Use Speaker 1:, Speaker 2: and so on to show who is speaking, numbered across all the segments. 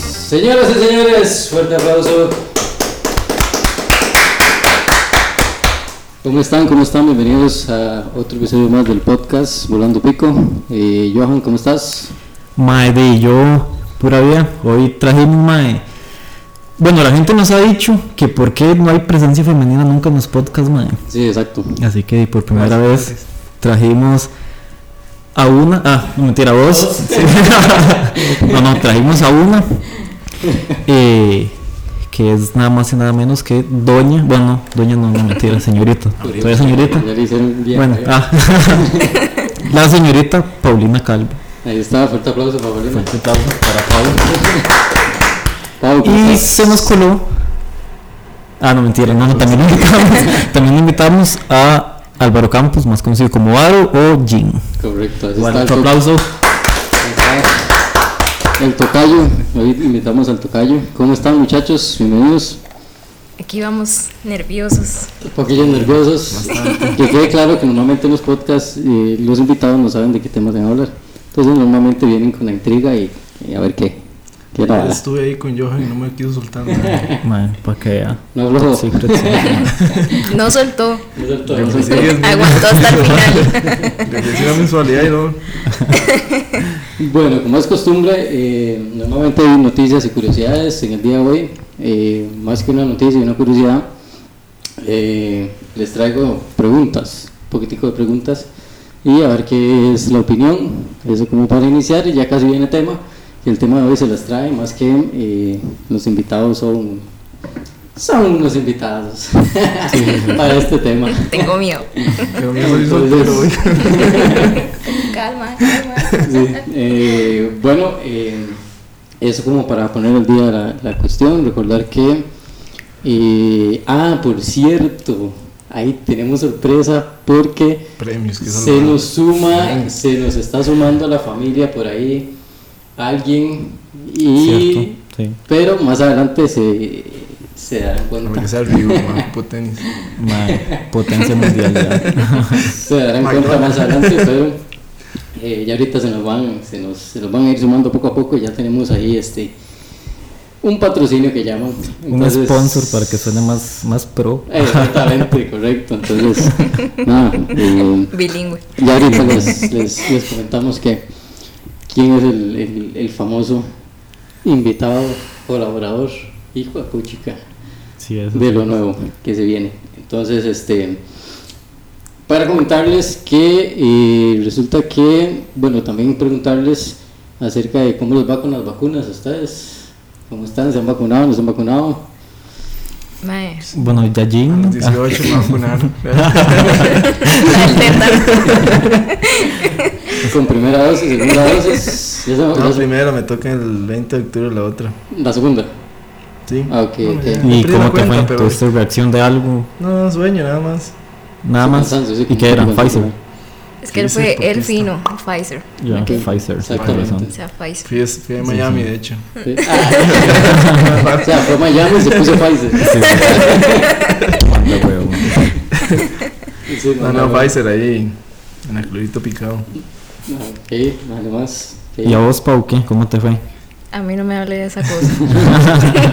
Speaker 1: Señoras y señores, fuerte aplauso.
Speaker 2: ¿Cómo están? ¿Cómo están? Bienvenidos a otro episodio más del podcast Volando Pico. Eh, Johan, ¿cómo estás?
Speaker 3: Mae, de yo, pura vida, hoy trajimos mae. Bueno, la gente nos ha dicho que por qué no hay presencia femenina nunca en los podcasts, mae.
Speaker 2: Sí, exacto.
Speaker 3: Así que por primera vez trajimos a una. Ah, no mentira, a vos. Sí. no, no, trajimos a una. eh, que es nada más y nada menos que Doña. Bueno, Doña no, no mentira, señorita. Todavía señorita.
Speaker 2: Ya le hicieron bien.
Speaker 3: Bueno,
Speaker 2: ¿eh?
Speaker 3: ah. la señorita Paulina Calvo.
Speaker 2: Ahí está, fuerte aplauso para Paulina.
Speaker 3: Fuerte aplauso para Paula.
Speaker 2: Pau, ¿cómo
Speaker 3: Y
Speaker 2: estás?
Speaker 3: se nos coló. Pues, Ah, no, mentira, no, no, también lo invitamos. también lo invitamos a Álvaro Campos, más conocido como Aro o Jin.
Speaker 2: Correcto, así
Speaker 3: Bueno,
Speaker 2: está el,
Speaker 3: otro aplauso.
Speaker 2: to- el tocayo. Hoy invitamos al tocayo. ¿Cómo están, muchachos? Bienvenidos.
Speaker 4: Aquí vamos nerviosos.
Speaker 2: Un poquillo nerviosos. Que quede claro que normalmente en los podcasts eh, los invitados no saben de qué temas van a hablar. Entonces, normalmente vienen con la intriga y, y a ver qué. qué
Speaker 5: Ya
Speaker 2: tal.
Speaker 5: Estuve ahí con Johan y no me quiso soltar. nada.
Speaker 3: Man, para que vea.
Speaker 2: No hablo.
Speaker 4: No soltó.
Speaker 2: No
Speaker 5: Sí,
Speaker 2: soltó.
Speaker 5: es mi-
Speaker 4: Aguantó hasta el final.
Speaker 5: Le decía la mensualidad y no.
Speaker 2: Bueno, como es costumbre, eh, normalmente hay noticias y curiosidades en el día de hoy. Eh, más que una noticia y una curiosidad, eh, les traigo preguntas, un poquitico de preguntas, y a ver qué es la opinión. Eso como para iniciar, y ya casi viene tema. Y el tema de hoy se las trae, más que eh, los invitados son, son unos invitados para este tema.
Speaker 4: Tengo miedo.
Speaker 5: Pero yo soy
Speaker 2: Entonces-
Speaker 5: soltero hoy.
Speaker 4: Calma, calma.
Speaker 2: Sí, eh, bueno, eh, eso como para poner el día la, la cuestión, recordar que, eh, ah, por cierto, ahí tenemos sorpresa porque
Speaker 5: Premios que
Speaker 2: se nos suma, se nos está sumando a la familia por ahí alguien y,
Speaker 3: Cierto, sí.
Speaker 2: pero más adelante se, se darán cuenta,
Speaker 5: Porque sea el vivo, man. Puto tenis.
Speaker 3: Man, potencia mundial ya.
Speaker 2: se darán cuenta más adelante, pero eh, ya ahorita se nos van, se nos, se nos van a ir sumando poco a poco, ya tenemos ahí este un patrocinio que llaman.
Speaker 3: Un
Speaker 2: Entonces,
Speaker 3: sponsor para que suene más, más pro.
Speaker 2: eh, Exactamente, correcto. Entonces, nada, eh,
Speaker 4: Bilingüe.
Speaker 2: ya ahorita les, les- les comentamos que quién es el, el- el famoso invitado, colaborador, hijo de puchica
Speaker 3: Sí, eso.
Speaker 2: de lo nuevo que se viene. Entonces, este, para comentarles que eh, resulta que, bueno, también preguntarles acerca de cómo les va con las vacunas a ustedes. ¿Cómo están? ¿Se han vacunado? ¿No se han vacunado?
Speaker 4: Mae.
Speaker 3: Bueno, ya
Speaker 5: A
Speaker 3: Jin.
Speaker 5: los 18 me vacunaron.
Speaker 4: La alterna.
Speaker 2: Con primera dosis, segunda dosis, ya se- ya
Speaker 5: La
Speaker 2: se-
Speaker 5: primera me toca el 20 de octubre la otra.
Speaker 2: la segunda.
Speaker 5: Sí.
Speaker 2: Ah, ok, ok.
Speaker 5: ya.
Speaker 3: ¿Y
Speaker 5: Perdí
Speaker 3: cómo
Speaker 5: la
Speaker 3: te
Speaker 5: cuenta,
Speaker 3: fue?
Speaker 5: pero-
Speaker 3: ¿Tuviste reacción de algo?
Speaker 5: No, sueño nada más.
Speaker 3: Nada
Speaker 2: Sí,
Speaker 3: más.
Speaker 2: cansancio, sí,
Speaker 3: ¿Y qué era?
Speaker 2: cansancio.
Speaker 3: Pfizer.
Speaker 4: Es que él
Speaker 5: Sí, sí,
Speaker 4: fue
Speaker 5: porque
Speaker 4: el
Speaker 5: está-
Speaker 4: fino, Pfizer.
Speaker 3: Ya,
Speaker 2: Ok.
Speaker 3: Pfizer. sí, por
Speaker 2: Exactamente.
Speaker 3: razón.
Speaker 4: O sea, Pfizer.
Speaker 5: Fui, fui a Miami, de hecho.
Speaker 2: Sí. Ah. o sea, fue a Miami y se puso Pfizer.
Speaker 3: Manda huevo.
Speaker 2: Sí,
Speaker 5: No, no, Pfizer ahí. En el clubito picado.
Speaker 2: Ok, vale más. Ok.
Speaker 3: ¿Y a vos, Pau, qué? ¿Cómo te fue?
Speaker 4: A mí no me hable de esa cosa.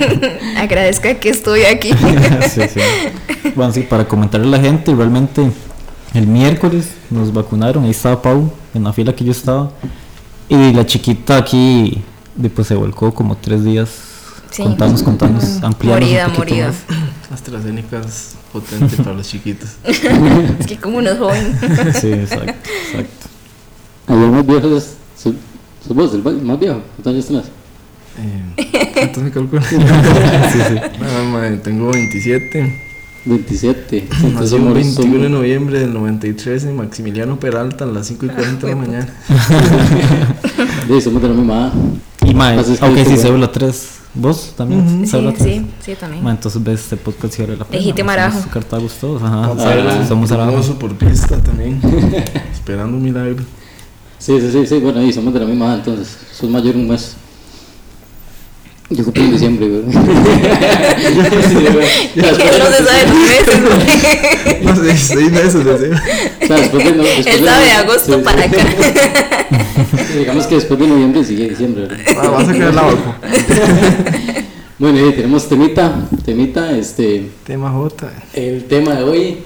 Speaker 4: Agradezca que estoy aquí.
Speaker 3: sí, sí. Bueno, sí, para comentarle a la gente, realmente el miércoles nos vacunaron, ahí estaba Pau, en la fila que yo estaba, y la chiquita aquí de, pues, se volcó como tres días.
Speaker 4: Sí.
Speaker 3: Contanos, contanos, ampliando.
Speaker 4: Morida, morida.
Speaker 5: AstraZeneca es potente para los chiquitos.
Speaker 4: Es que como unos jóvenes.
Speaker 3: Sí, exacto, exacto.
Speaker 2: Ayer más viejo es. ¿Sos sos vos el más viejo? ¿Cuántos años tenés?
Speaker 5: Eh, ¿Cuántos me calculo?
Speaker 3: Sí, sí.
Speaker 5: No, madre, tengo 27.
Speaker 2: 27.
Speaker 5: Nací
Speaker 2: Entonces
Speaker 5: el
Speaker 2: somos-
Speaker 5: 21 de
Speaker 2: somos-
Speaker 5: noviembre del 93 en Maximiliano Peralta a las 5 y
Speaker 4: Ah,
Speaker 5: 40 de la mañana.
Speaker 2: Sí, somos de la misma edad.
Speaker 3: Y mae,
Speaker 2: Entonces,
Speaker 3: ok,
Speaker 2: ¿qué
Speaker 3: sí,
Speaker 2: te-
Speaker 3: célula 3. ¿Vos también?
Speaker 4: Sí,
Speaker 3: Célula tres?
Speaker 4: sí, sí,
Speaker 3: Mae,
Speaker 4: también.
Speaker 3: entonces ves este podcast y ahora la
Speaker 4: Ejite Marajo.
Speaker 3: Somos Cartagos todos, ajá.
Speaker 2: Ah,
Speaker 3: somos Aragón.
Speaker 5: famoso por pista también. Esperando un milagro.
Speaker 2: Sí, sí, sí, sí, bueno, y somos de la misma edad, entonces. Sos mayor un mes. Yo ocupo en diciembre, güey. Sí, güey.
Speaker 4: Que no se sabe los meses. güey.
Speaker 5: No sé, seis meses, decía.
Speaker 2: O sea, después de no- después
Speaker 4: Él sabe de
Speaker 2: no-
Speaker 4: agosto
Speaker 2: sí,
Speaker 4: para
Speaker 2: sí.
Speaker 4: acá.
Speaker 2: Digamos que después de noviembre sigue diciembre, ¿verdad?
Speaker 5: Ah, vas a quedar abajo.
Speaker 2: Bueno, y tenemos temita, temita, este,
Speaker 5: Tema J.
Speaker 2: el tema de hoy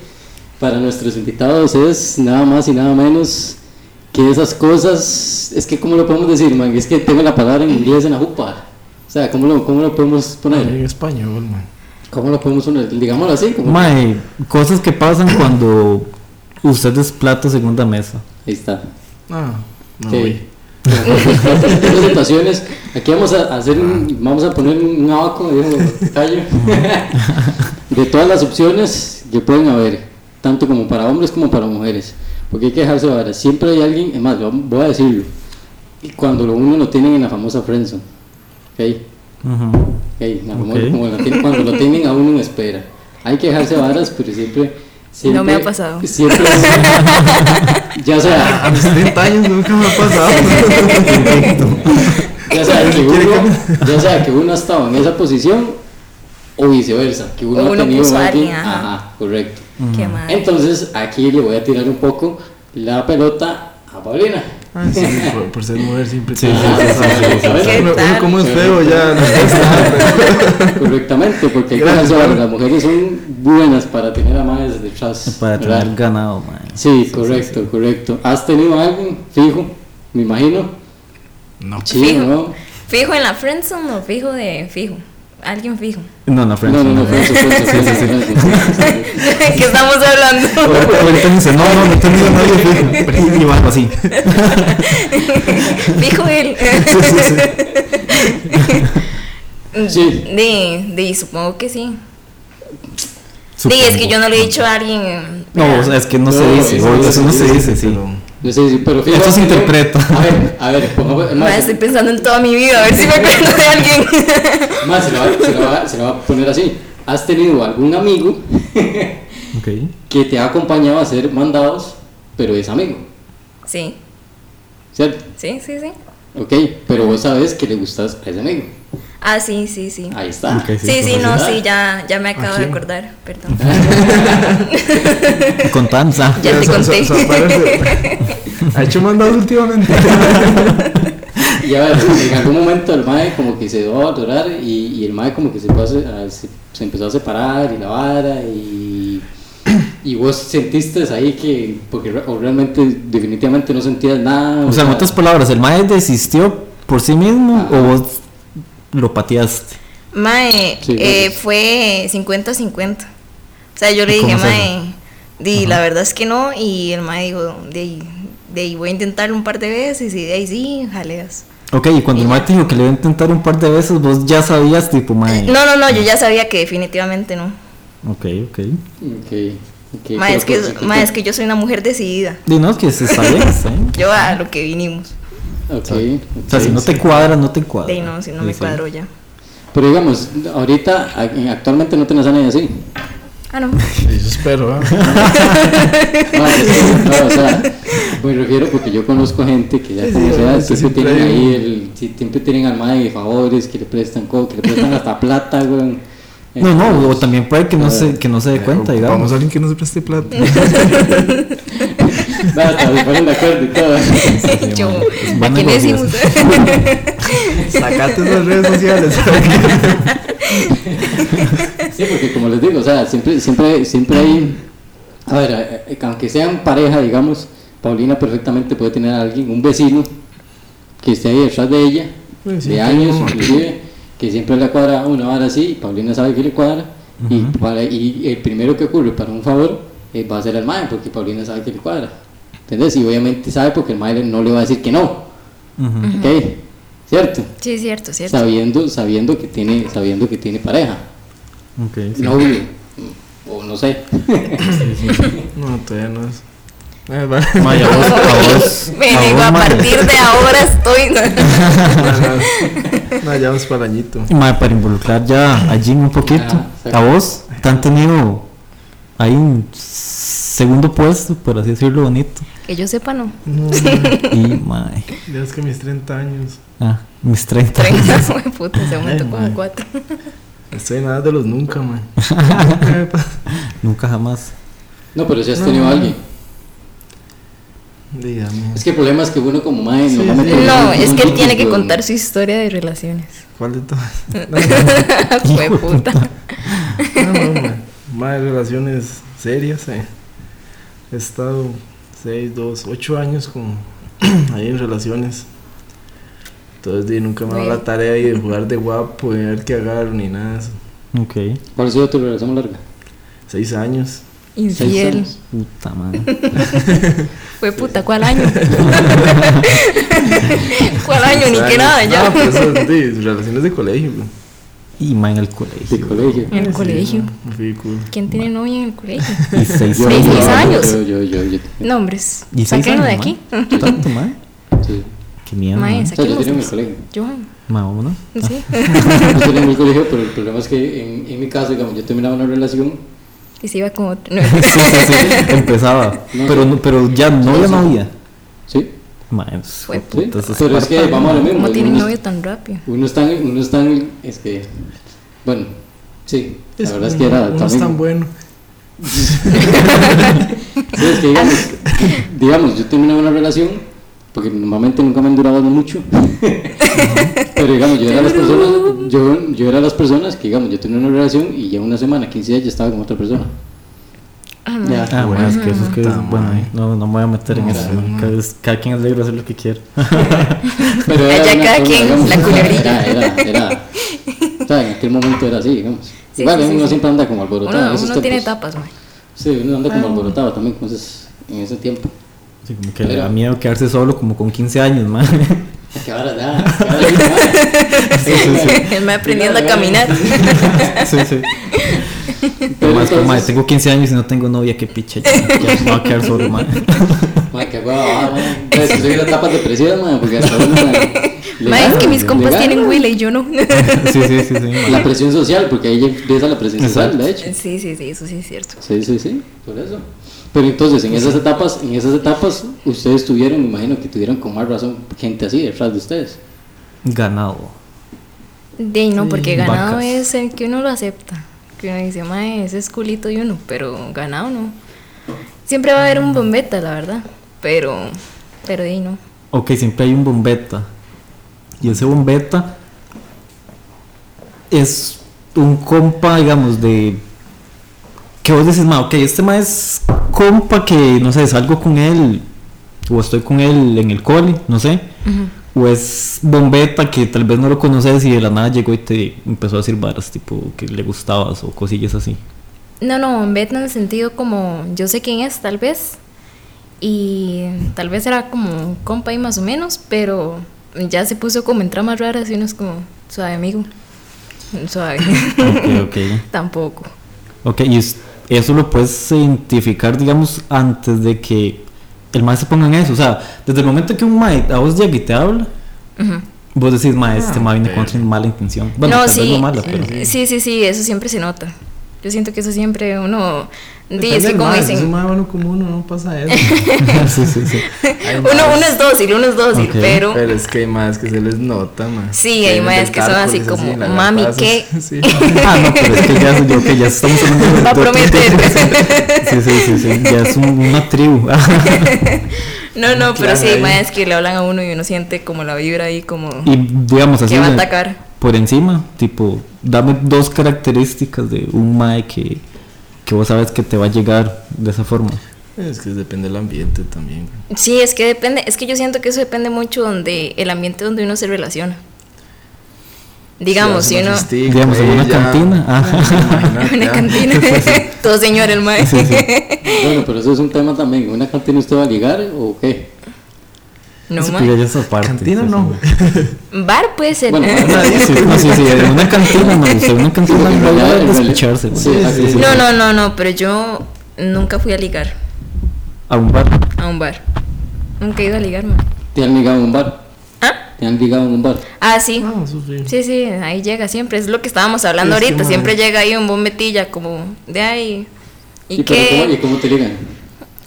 Speaker 2: para nuestros invitados es nada más y nada menos que esas cosas, es que cómo lo podemos decir, man, es que tengo la palabra en inglés en la jupa, o sea, cómo lo, cómo lo podemos
Speaker 5: En
Speaker 2: poner,
Speaker 5: español, man.
Speaker 2: cómo lo podemos poner, digámoslo así, como,
Speaker 3: Mae, cosas que pasan cuando usted desplata segunda mesa.
Speaker 2: ahí está.
Speaker 5: Ah, no,
Speaker 2: Sí.
Speaker 5: güey.
Speaker 2: Tengo situaciones, aquí vamos a hacer, un- vamos a poner un abaco de un tallo. de todas las opciones que pueden haber, tanto como para hombres como para mujeres, porque hay que dejarse ahora, siempre hay alguien, es más, lo- voy a decirlo, y cuando lo uno lo tienen en la famosa friendzone, ¿ok?
Speaker 3: Ujú.
Speaker 2: Ey, la famo-
Speaker 3: Ok.
Speaker 2: como la tienen- cuando lo tienen a uno en espera. Hay que dejarse varas, pero siempre... siempre-
Speaker 4: No me ha pasado.
Speaker 2: Siempre... ya
Speaker 5: A
Speaker 2: sea,
Speaker 5: mis 30 años nunca me ha pasado.
Speaker 2: ya sea, que
Speaker 5: ¿Quiere
Speaker 2: uno, ya sea que uno ha estado en esa posición o viceversa, que uno,
Speaker 4: O
Speaker 2: ha
Speaker 4: uno
Speaker 2: tenido
Speaker 4: puso a
Speaker 2: más bien-
Speaker 4: alguien, ajá.
Speaker 2: Ajá, correcto.
Speaker 4: Qué mal.
Speaker 2: Entonces, aquí le voy a tirar un poco la pelota a Paulina.
Speaker 5: Ah, sí, por, por ser mujer siempre
Speaker 3: Sí,
Speaker 5: tiene
Speaker 3: sí,
Speaker 5: que
Speaker 2: sí,
Speaker 5: pasar.
Speaker 2: sí, sí, sí.
Speaker 5: Uno-
Speaker 4: ¿Qué
Speaker 5: uno
Speaker 4: tal?
Speaker 5: como es feo ya.
Speaker 2: Correctamente, porque hay que
Speaker 5: Gracias,
Speaker 2: dejarse varas.
Speaker 5: Paula.
Speaker 2: Las mujeres son buenas para tener a más detrás.
Speaker 3: Para
Speaker 2: ¿verdad?
Speaker 3: tener ganado, mae.
Speaker 2: Sí, correcto, correcto. ¿Has tenido algo fijo? Me imagino.
Speaker 5: No.
Speaker 2: Chido,
Speaker 4: Fijo.
Speaker 2: ¿no?
Speaker 4: ¿Fijo en la friendzone o fijo de fijo? Alguien fijo.
Speaker 3: No, no,
Speaker 2: No,
Speaker 3: Francis.
Speaker 2: no, no,
Speaker 3: no.
Speaker 2: fue eso, fue eso, fue eso, fue eso.
Speaker 4: ¿De qué estamos hablando?
Speaker 3: Ahorita ahorita me dice, no, no, no he tenido nadie fijo. Y- Y bajo así.
Speaker 4: Fijo él.
Speaker 2: Sí.
Speaker 4: De, de, supongo que sí.
Speaker 3: Supongo.
Speaker 4: Sí, es que yo no le he dicho a alguien.
Speaker 3: No, o sea, es que no, se
Speaker 2: No,
Speaker 3: dice.
Speaker 2: eso
Speaker 3: gordo,
Speaker 2: no
Speaker 3: Eso no se dice, sí.
Speaker 5: pero-
Speaker 2: No sé si, pero fijo.
Speaker 3: Eso se interpreta.
Speaker 2: A ver, a ver, pongamos- es
Speaker 4: Ma,
Speaker 2: más,
Speaker 4: estoy pensando en toda mi vida, a ver si me acuerdo de alguien.
Speaker 2: más se lo va- se lo va- se lo va a poner así. ¿Has tenido algún amigo
Speaker 3: Ok.
Speaker 2: que te ha acompañado a hacer mandados, pero es amigo?
Speaker 4: Sí,
Speaker 2: ¿Cierto?
Speaker 4: sí, sí, sí.
Speaker 2: Ok, pero vos sabes que le gustas a ese amigo.
Speaker 4: Ah, sí, sí, sí.
Speaker 2: Ahí está.
Speaker 3: Ok,
Speaker 4: Sí, sí, no,
Speaker 2: ¿verdad?
Speaker 4: sí, ya, ya me acabo
Speaker 5: ¿A
Speaker 4: de
Speaker 5: quién?
Speaker 4: acordar, perdón.
Speaker 3: Con tanza.
Speaker 4: Ya te
Speaker 5: so-
Speaker 4: conté.
Speaker 5: so- so- parece- ha hecho mandados últimamente.
Speaker 2: Y a ver, en algún momento el mae como que se dio a adorar y, y el mae como que se, fue a se- a- se- se empezó a separar y la vara y, y vos sentiste ahí que, porque re- o realmente definitivamente no sentías nada.
Speaker 3: O sea, en otras palabras, el mae desistió por sí mismo
Speaker 2: Ajá.
Speaker 3: o vos lo pateaste.
Speaker 4: Mae,
Speaker 2: Sí,
Speaker 4: eh,
Speaker 2: gracias.
Speaker 4: fue 50-50. O sea, yo le
Speaker 3: ¿Y cómo
Speaker 4: dije,
Speaker 3: se hace?
Speaker 4: Mae, di, la verdad es que no. Y el Mae dijo, de ahí, de ahí voy a intentar un par de veces. Y de ahí sí, jaleas.
Speaker 3: Ok, y cuando el mae te dijo que le iba a intentar un par de veces, vos ya sabías, tipo, mae.
Speaker 4: No, no, no, yo ya sabía que definitivamente no.
Speaker 3: Ok, ok.
Speaker 2: Ok, ok.
Speaker 4: Mae,
Speaker 2: pero
Speaker 4: es, que,
Speaker 2: pues,
Speaker 4: mae, es que yo soy una mujer decidida.
Speaker 3: Y no, que se está bien, está bien.
Speaker 4: Yo a lo que vinimos.
Speaker 2: ok,
Speaker 3: O sea,
Speaker 2: ok.
Speaker 3: si no te cuadra, no te cuadra.
Speaker 4: De ahí no, si no me
Speaker 3: Sí, sí.
Speaker 4: cuadro ya.
Speaker 2: Pero digamos, ahorita, a- actualmente no tenés a nadie así.
Speaker 4: Ah, no.
Speaker 5: Eso espero, ¿ah?
Speaker 2: No, es que, no, o sea, me refiero porque yo conozco gente que ya
Speaker 5: Sí,
Speaker 2: como
Speaker 5: sí,
Speaker 2: sea, siempre
Speaker 5: obviamente, siempre
Speaker 2: tienen
Speaker 5: hay
Speaker 2: ahí el, sí, siempre tienen al mae de favores, que le prestan co, que le prestan hasta plata, güey.
Speaker 3: No, no, o también puede que no eh, se, que no se dé cuenta, digamos.
Speaker 5: Vamos a alguien que nos preste plata.
Speaker 2: Hasta se ponen de acuerdo y todo.
Speaker 4: yo,
Speaker 3: buen
Speaker 4: ¿a quién le
Speaker 3: negocio.
Speaker 4: decimos?
Speaker 5: Sacate las redes sociales.
Speaker 2: Sí, porque como les digo, o sea, siempre, siempre, siempre hay, a ver, eh, eh, aunque sean pareja, digamos, Paulina perfectamente puede tener a alguien, un vecino, que esté ahí detrás de ella,
Speaker 5: Sí, sí,
Speaker 2: de años inclusive, que siempre le cuadra una vara así, y Paulina sabe que le cuadra, y, para- y el primero que ocurre para un favor eh, va a ser el mae, porque Paulina sabe que le cuadra, ¿entendés? Y obviamente sabe porque el mae no le va a decir que no,
Speaker 3: Ujú.
Speaker 2: ¿ok? ¿Cierto?
Speaker 4: sí, cierto, cierto.
Speaker 2: Sabiendo, sabiendo que tiene, sabiendo que tiene pareja
Speaker 3: Ok, sí.
Speaker 2: novio o no sé
Speaker 5: No, todavía no es. Ah, va.
Speaker 3: Mae, a vos, a vos.
Speaker 4: Me
Speaker 3: a
Speaker 4: digo,
Speaker 3: vos,
Speaker 4: a
Speaker 3: mae.
Speaker 4: partir de ahora estoy.
Speaker 5: No, no, ya vamos para el añito.
Speaker 3: Mae, para involucrar ya a Jim un poquito.
Speaker 2: Ah, exacto.
Speaker 3: a vos, te han tenido ahí un segundo puesto, por así decirlo, bonito.
Speaker 4: Que yo sepa, no.
Speaker 5: No, no,
Speaker 3: Y, mae.
Speaker 5: ya es que mis 30 años.
Speaker 3: Ah, Mis 30.
Speaker 4: 30, fue puta, se aumentó
Speaker 5: Ay,
Speaker 4: como
Speaker 5: madre.
Speaker 4: 4.
Speaker 5: Estoy en edad de los nunca, man.
Speaker 3: Nunca jamás.
Speaker 2: No, pero si has tenido a alguien.
Speaker 5: Dígame.
Speaker 2: Es que el problema es que uno como mae
Speaker 5: Sí,
Speaker 2: normalmente
Speaker 5: sí.
Speaker 4: No,
Speaker 2: un-
Speaker 4: es
Speaker 2: un
Speaker 4: que él
Speaker 2: típico-
Speaker 4: tiene que contar su historia de relaciones.
Speaker 5: ¿Cuál de todas?
Speaker 4: Fue puta.
Speaker 5: No, no, man. Más relaciones serias, eh. He estado 6, 2, 8 años con ahí en relaciones. Entonces di, nunca me ha dado la
Speaker 4: Güey.
Speaker 5: tarea ahí de jugar de guapo, de ver qué agarro, ni nada de eso.
Speaker 3: Ok.
Speaker 2: ¿Cuál ha sido tu relación larga?
Speaker 5: 6 años.
Speaker 2: Seis
Speaker 4: Infiel.
Speaker 2: años.
Speaker 3: Puta madre.
Speaker 4: Fue puta, ¿cuál año? ¿Cuál año? Ni
Speaker 5: Seis
Speaker 4: que nada,
Speaker 5: años.
Speaker 4: ya.
Speaker 5: No, pero eso es de relaciones de colegio. güey.
Speaker 3: Y más en el
Speaker 2: De
Speaker 3: colegio.
Speaker 2: colegio.
Speaker 4: En el
Speaker 5: Sí,
Speaker 4: colegio.
Speaker 5: no, fui cool.
Speaker 4: ¿Quién tiene novia en el colegio?
Speaker 3: Y seis
Speaker 2: Yo-
Speaker 4: Seis
Speaker 2: yo- yo-
Speaker 4: años.
Speaker 2: Yo, yo, yo, yo.
Speaker 4: Nombres.
Speaker 3: Y seis
Speaker 4: Sáquenlo de
Speaker 3: años,
Speaker 4: aquí.
Speaker 3: mae. Tanto, mae.
Speaker 2: Sí.
Speaker 3: Qué miedo.
Speaker 4: Mae,
Speaker 3: mae.
Speaker 2: O sea, yo tenía en el
Speaker 4: saquémoslos.
Speaker 2: colegio.
Speaker 4: Johan,
Speaker 3: Mae, vámonos.
Speaker 4: sí.
Speaker 2: Yo tenía en el colegio, pero el problema es que en, en mi caso, digamos, yo terminaba una relación.
Speaker 4: Y se iba con otro.
Speaker 3: Sí, sí, sí, Empezaba.
Speaker 2: No.
Speaker 3: Pero, no- pero ya no la
Speaker 2: sí.
Speaker 3: novia.
Speaker 2: Sí.
Speaker 3: Mae,
Speaker 4: Fue
Speaker 2: sí.
Speaker 3: puta, eso
Speaker 2: pero es que
Speaker 3: parte-
Speaker 2: vamos a lo mismo.
Speaker 4: ¿Cómo tienen
Speaker 2: unos-
Speaker 4: novio tan rápido?
Speaker 2: Uno está, en- uno está en- es que, bueno, sí, la
Speaker 5: Es
Speaker 2: verdad es
Speaker 5: como,
Speaker 2: que era
Speaker 5: uno es
Speaker 2: también-
Speaker 5: tan bueno.
Speaker 2: Sí, es que digamos, digamos, yo terminaba una relación, porque normalmente nunca me han durado mucho, pero digamos, yo era, las personas, yo, yo era las personas que, digamos, yo tenía una relación y ya una semana, 15 días, ya estaba con otra persona. Ya.
Speaker 3: Ah, bueno, es que eso es que.
Speaker 5: Puta
Speaker 3: bueno,
Speaker 5: madre.
Speaker 3: no, no me voy a meter en eso. mae. Cada, cada quien es libre de hacer lo que quiera.
Speaker 2: Pero
Speaker 4: Allá
Speaker 2: una
Speaker 4: cada
Speaker 2: cosa,
Speaker 4: quien, la culebrilla.
Speaker 2: Era, era, era, o sea, en aquel momento era así, digamos.
Speaker 4: Sí,
Speaker 2: Igual,
Speaker 4: sí, sí,
Speaker 2: uno
Speaker 4: sí.
Speaker 2: siempre anda como alborotado. en
Speaker 4: Uno,
Speaker 2: esos
Speaker 4: uno tiene
Speaker 2: tiempos.
Speaker 4: etapas, mae.
Speaker 2: Sí, uno anda como alborotado también, entonces, en ese tiempo.
Speaker 3: Sí, como que le da miedo quedarse solo como con 15 años, mae.
Speaker 2: Que ahora ya, que ahora ya.
Speaker 4: El mae aprendiendo a caminar.
Speaker 3: Sí, sí.
Speaker 2: Pero
Speaker 3: Además, como, mae,
Speaker 2: entonces-
Speaker 3: tengo 15 años y no tengo novia, qué picha. Ya, ya me voy a quedar solo, mae.
Speaker 2: Madre, qué ah, guau, madre. Es que pues, soy una etapa depresiva, madre, porque hasta uno, madre, le
Speaker 4: Mae, es
Speaker 2: gana,
Speaker 4: que mis
Speaker 2: le
Speaker 4: compas
Speaker 2: gana.
Speaker 4: tienen Willy y yo no.
Speaker 3: Sí, sí, sí, sí. mae.
Speaker 2: La presión social, porque ahí ya empieza la presión social, de hecho.
Speaker 4: Sí, sí, sí, eso sí es cierto.
Speaker 2: Sí, sí, sí, por eso. Pero entonces, en esas etapas, en esas etapas, ustedes tuvieron, me imagino que tuvieron con más razón gente así detrás de ustedes.
Speaker 3: Ganado.
Speaker 4: De ahí no, porque ganado
Speaker 3: vacas.
Speaker 4: es el que uno lo acepta. Que uno dice, mae, ese es culito de uno, pero ganado no. Siempre va a haber un bombeta, la verdad. Pero, pero de ahí no.
Speaker 3: Ok, siempre hay un bombeta. Y ese bombeta es un compa, digamos, de. Que vos decís, ma, ok, este ma es compa que, no sé, salgo con él, o estoy con él en el cole, no sé. O es bombeta que tal vez no lo conoces y de la nada llegó y te empezó a decir varas, tipo, que le gustabas o cosillas así.
Speaker 4: No, no, bombeta en el sentido como, yo sé quién es, tal vez. Y tal vez era como un compa ahí más o menos, pero ya se puso como en tramas raras y uno es como, suave amigo. Suave.
Speaker 3: Ok, ok.
Speaker 4: Tampoco.
Speaker 3: Ok, y es- eso lo puedes identificar, digamos, antes de que el maestro se ponga en eso. O sea, desde el momento que un maestro a vos llega y te habla,
Speaker 4: Ujú.
Speaker 3: vos decís, maestro, este mae viene con otra mala intención. Bueno, tal vez no mala, pero.
Speaker 4: sí, sí, sí, eso siempre se nota. Yo siento que eso siempre uno
Speaker 5: Depende
Speaker 4: dice,
Speaker 5: del
Speaker 4: como
Speaker 5: mae, si Es un
Speaker 4: dicen,
Speaker 5: mae bueno como uno, no pasa eso.
Speaker 3: sí, sí, sí.
Speaker 5: Hay
Speaker 4: uno,
Speaker 5: maes-
Speaker 4: uno es dócil, uno es dócil,
Speaker 3: Ok,
Speaker 4: pero,
Speaker 5: Pero es que hay más que se les nota, más.
Speaker 4: Sí, hay maes que son así como, "Mami, ¿qué?"
Speaker 5: Sí.
Speaker 3: Ah, no, pero es que ya, yo, que ya estamos hablando de.
Speaker 4: Va a
Speaker 3: de otro
Speaker 4: prometer.
Speaker 3: tipo. Sí, sí, sí, sí. Ya es un- una tribu.
Speaker 4: no, no, pero
Speaker 5: Claro,
Speaker 4: sí
Speaker 5: ahí.
Speaker 4: hay más que le hablan a uno y uno siente como la vibra ahí como
Speaker 3: y digamos así.
Speaker 4: que va a
Speaker 3: de-
Speaker 4: atacar.
Speaker 3: por encima, tipo, dame dos características de un mae que, que vos sabes que te va a llegar de esa forma.
Speaker 5: Es que depende del ambiente también. güey.
Speaker 4: Sí, es que depende, es que yo siento que eso depende mucho donde el ambiente donde uno se relaciona. Digamos,
Speaker 5: Si
Speaker 4: si
Speaker 5: hace
Speaker 4: uno
Speaker 5: una fiestica,
Speaker 3: Digamos, en
Speaker 5: güey,
Speaker 3: una
Speaker 5: ya-
Speaker 3: cantina. Ah.
Speaker 5: imagínate,
Speaker 4: una
Speaker 5: ya.
Speaker 4: cantina, todo señor el mae.
Speaker 2: Bueno, pero eso es un tema también. ¿En una cantina usted va a ligar o qué?
Speaker 4: No
Speaker 3: Sí,
Speaker 4: mae.
Speaker 3: pero ya es aparte,
Speaker 5: Cantina
Speaker 3: sí,
Speaker 5: no.
Speaker 3: sí.
Speaker 4: Bar puede ser.
Speaker 2: Bueno,
Speaker 3: No, sí, no, sí, sí, en una cantina no, o sea, en una cantina
Speaker 2: Sí,
Speaker 3: no
Speaker 2: ya,
Speaker 3: va a
Speaker 2: en realidad.
Speaker 3: despicharse, güey.
Speaker 2: pues. Sí, sí, sí.
Speaker 4: No, no, no, no, pero yo nunca fui a ligar
Speaker 3: A un bar.
Speaker 4: a un bar. Nunca he ido a ligar, man.
Speaker 2: ¿Te han ligado en un bar?
Speaker 4: ¿Ah?
Speaker 2: ¿Te han ligado en un bar?
Speaker 4: Ah, sí.
Speaker 5: No, eso sí.
Speaker 4: Sí, sí, ahí llega siempre. Es lo que estábamos hablando
Speaker 5: Es que,
Speaker 4: ahorita.
Speaker 5: madre.
Speaker 4: siempre llega ahí un bombetilla como de ahí. ¿Y
Speaker 2: pero
Speaker 4: qué?
Speaker 2: ¿cómo, ¿Y cómo te ligan?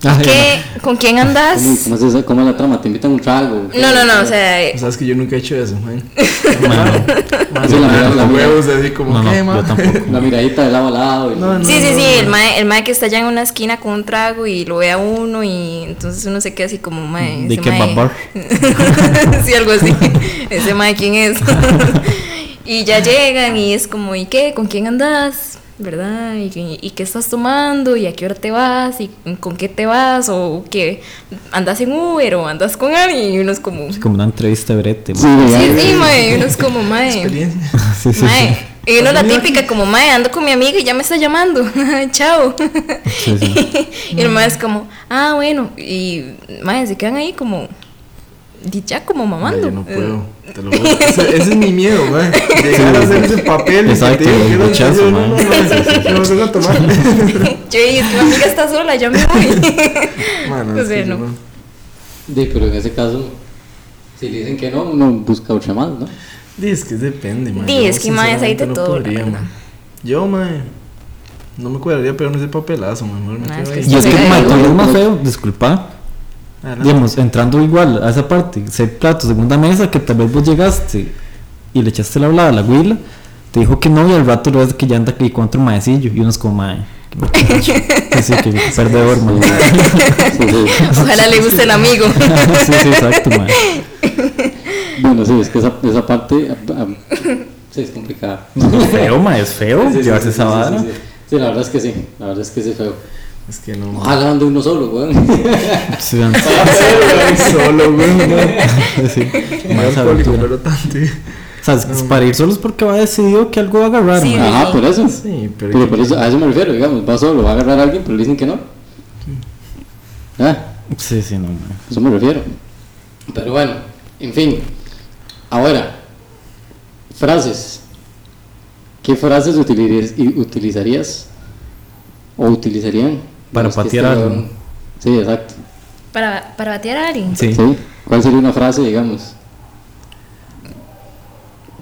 Speaker 3: Ah,
Speaker 4: ¿Qué, ¿Con quién andas?
Speaker 2: ¿Cómo, cómo es esa- cómo es la trama? ¿Te invitan un trago?
Speaker 4: No, no, no, o sea, eh,
Speaker 5: Sabes que yo nunca he hecho eso, man.
Speaker 3: Mano,
Speaker 5: Más
Speaker 2: Sí, la
Speaker 5: Ah, la
Speaker 2: verdad, la
Speaker 5: los
Speaker 2: verdad.
Speaker 5: huevos así como
Speaker 3: no, no,
Speaker 5: ¿qué,
Speaker 3: yo
Speaker 5: man?
Speaker 3: tampoco.
Speaker 2: La miradita de lado a lado. y-
Speaker 5: No, no.
Speaker 4: sí, sí, sí, el mae, el mae que está allá en una esquina con un trago y lo ve a uno y entonces uno se queda así como mae.
Speaker 3: De
Speaker 4: ese
Speaker 3: que
Speaker 4: mae-
Speaker 3: babor.
Speaker 4: sí, algo así. Ese mae, ¿quién es? y ya llegan y es como, ¿y qué? ¿Con quién andas? ¿Verdad? ¿Y, y- y qué estás tomando? ¿Y a qué hora te vas? ¿Y con qué te vas? ¿O qué? ¿Andas en Uber o andas con alguien? Y uno es como,
Speaker 3: Es
Speaker 4: sí,
Speaker 3: como una entrevista de brete.
Speaker 2: Sí,
Speaker 3: man.
Speaker 2: ya-
Speaker 4: sí, mae. Y uno es como, mae.
Speaker 5: Experiencia.
Speaker 3: Sí, sí,
Speaker 4: Mae,
Speaker 3: sí.
Speaker 4: y uno la típica como, mae, ando con mi amiga y ya me está llamando, chao.
Speaker 3: Sí, sí.
Speaker 4: y el mae es como, ah, bueno, y mae, se quedan ahí como, y ya como
Speaker 5: Ay,
Speaker 4: mamando.
Speaker 5: Yo no puedo, te lo juro. Ese, ese es mi miedo, man. Llegar a hacer ese papel.
Speaker 3: Exacto,
Speaker 5: que te digo
Speaker 3: el
Speaker 5: que no,
Speaker 3: rechazo,
Speaker 5: yo,
Speaker 3: man.
Speaker 5: No, no, no, no, no, no, tomar.
Speaker 4: Yo dije, "Es que mi amiga está sola, ya me voy.
Speaker 5: Man, no,
Speaker 4: O
Speaker 5: es
Speaker 4: sea,
Speaker 5: que yo
Speaker 4: no.
Speaker 5: no.
Speaker 2: Sí, pero en ese caso, si le dicen que no, uno busca otra más, ¿no?
Speaker 5: Di, es que depende, man.
Speaker 4: Di,
Speaker 5: Yo,
Speaker 4: es que, mae, es ahí de
Speaker 5: sinceramente, no
Speaker 4: todo, la
Speaker 5: podría,
Speaker 4: verdad.
Speaker 5: man. Yo, man, no me cuidaría pegar ese papelazo, man. Mejor me
Speaker 4: Man,
Speaker 5: quedo
Speaker 4: es
Speaker 5: ahí.
Speaker 3: Y es que,
Speaker 4: Sí,
Speaker 3: man,
Speaker 2: no,
Speaker 3: cuando es más
Speaker 2: no.
Speaker 3: feo, disculpa.
Speaker 5: Ah, no.
Speaker 3: Digamos, entrando igual a esa parte, seis platos, segunda mesa, que tal vez vos llegaste y le echaste la hablada a la huila, te dijo que no y al rato lo ves que ya anda aquí con otro maecillo y uno es como mae. que me quedo hecho". Sí, sí, que perdedor, mae.
Speaker 2: Sí, sí.
Speaker 4: Ojalá le guste el amigo.
Speaker 3: sí, sí, exacto, mae.
Speaker 2: Bueno, sí, es que esa, esa parte ah, ah, sí, es complicada.
Speaker 3: Es feo, mae, es feo
Speaker 5: Sí, sí,
Speaker 3: llevarse
Speaker 5: sí,
Speaker 3: esa
Speaker 5: sí, sí,
Speaker 3: vara.
Speaker 5: sí, sí.
Speaker 2: Sí, la verdad es que sí, la verdad es que sí, feo.
Speaker 5: Es que no. man.
Speaker 2: Ojalá ande uno solo, weón.
Speaker 3: Sí, man,
Speaker 5: Solo, güey. No,
Speaker 3: sí, sí.
Speaker 5: Más
Speaker 3: Más
Speaker 5: alcohólico,
Speaker 3: aventura.
Speaker 5: pero Mm. tanto. sí.
Speaker 3: O sea, es que es para ir solos porque va decidido que algo va a agarrar,
Speaker 4: Sí.
Speaker 3: mae.
Speaker 2: Ajá, por eso.
Speaker 5: Sí, pero.
Speaker 2: Pero por eso, a eso me refiero, digamos, va solo, va a agarrar a alguien, pero le dicen que no. Ah,
Speaker 3: Sí, sí, no, mae.
Speaker 2: a eso me refiero. Pero bueno, en fin. Ahora, frases. ¿Qué frases utilizarías, y- utilizarías o utilizarían?
Speaker 3: Para
Speaker 2: los que
Speaker 3: patear
Speaker 2: estén-
Speaker 3: algo.
Speaker 2: Sí, exacto.
Speaker 4: Para, para batear a alguien.
Speaker 3: Sí.
Speaker 2: Sí. ¿Cuál sería una frase, digamos?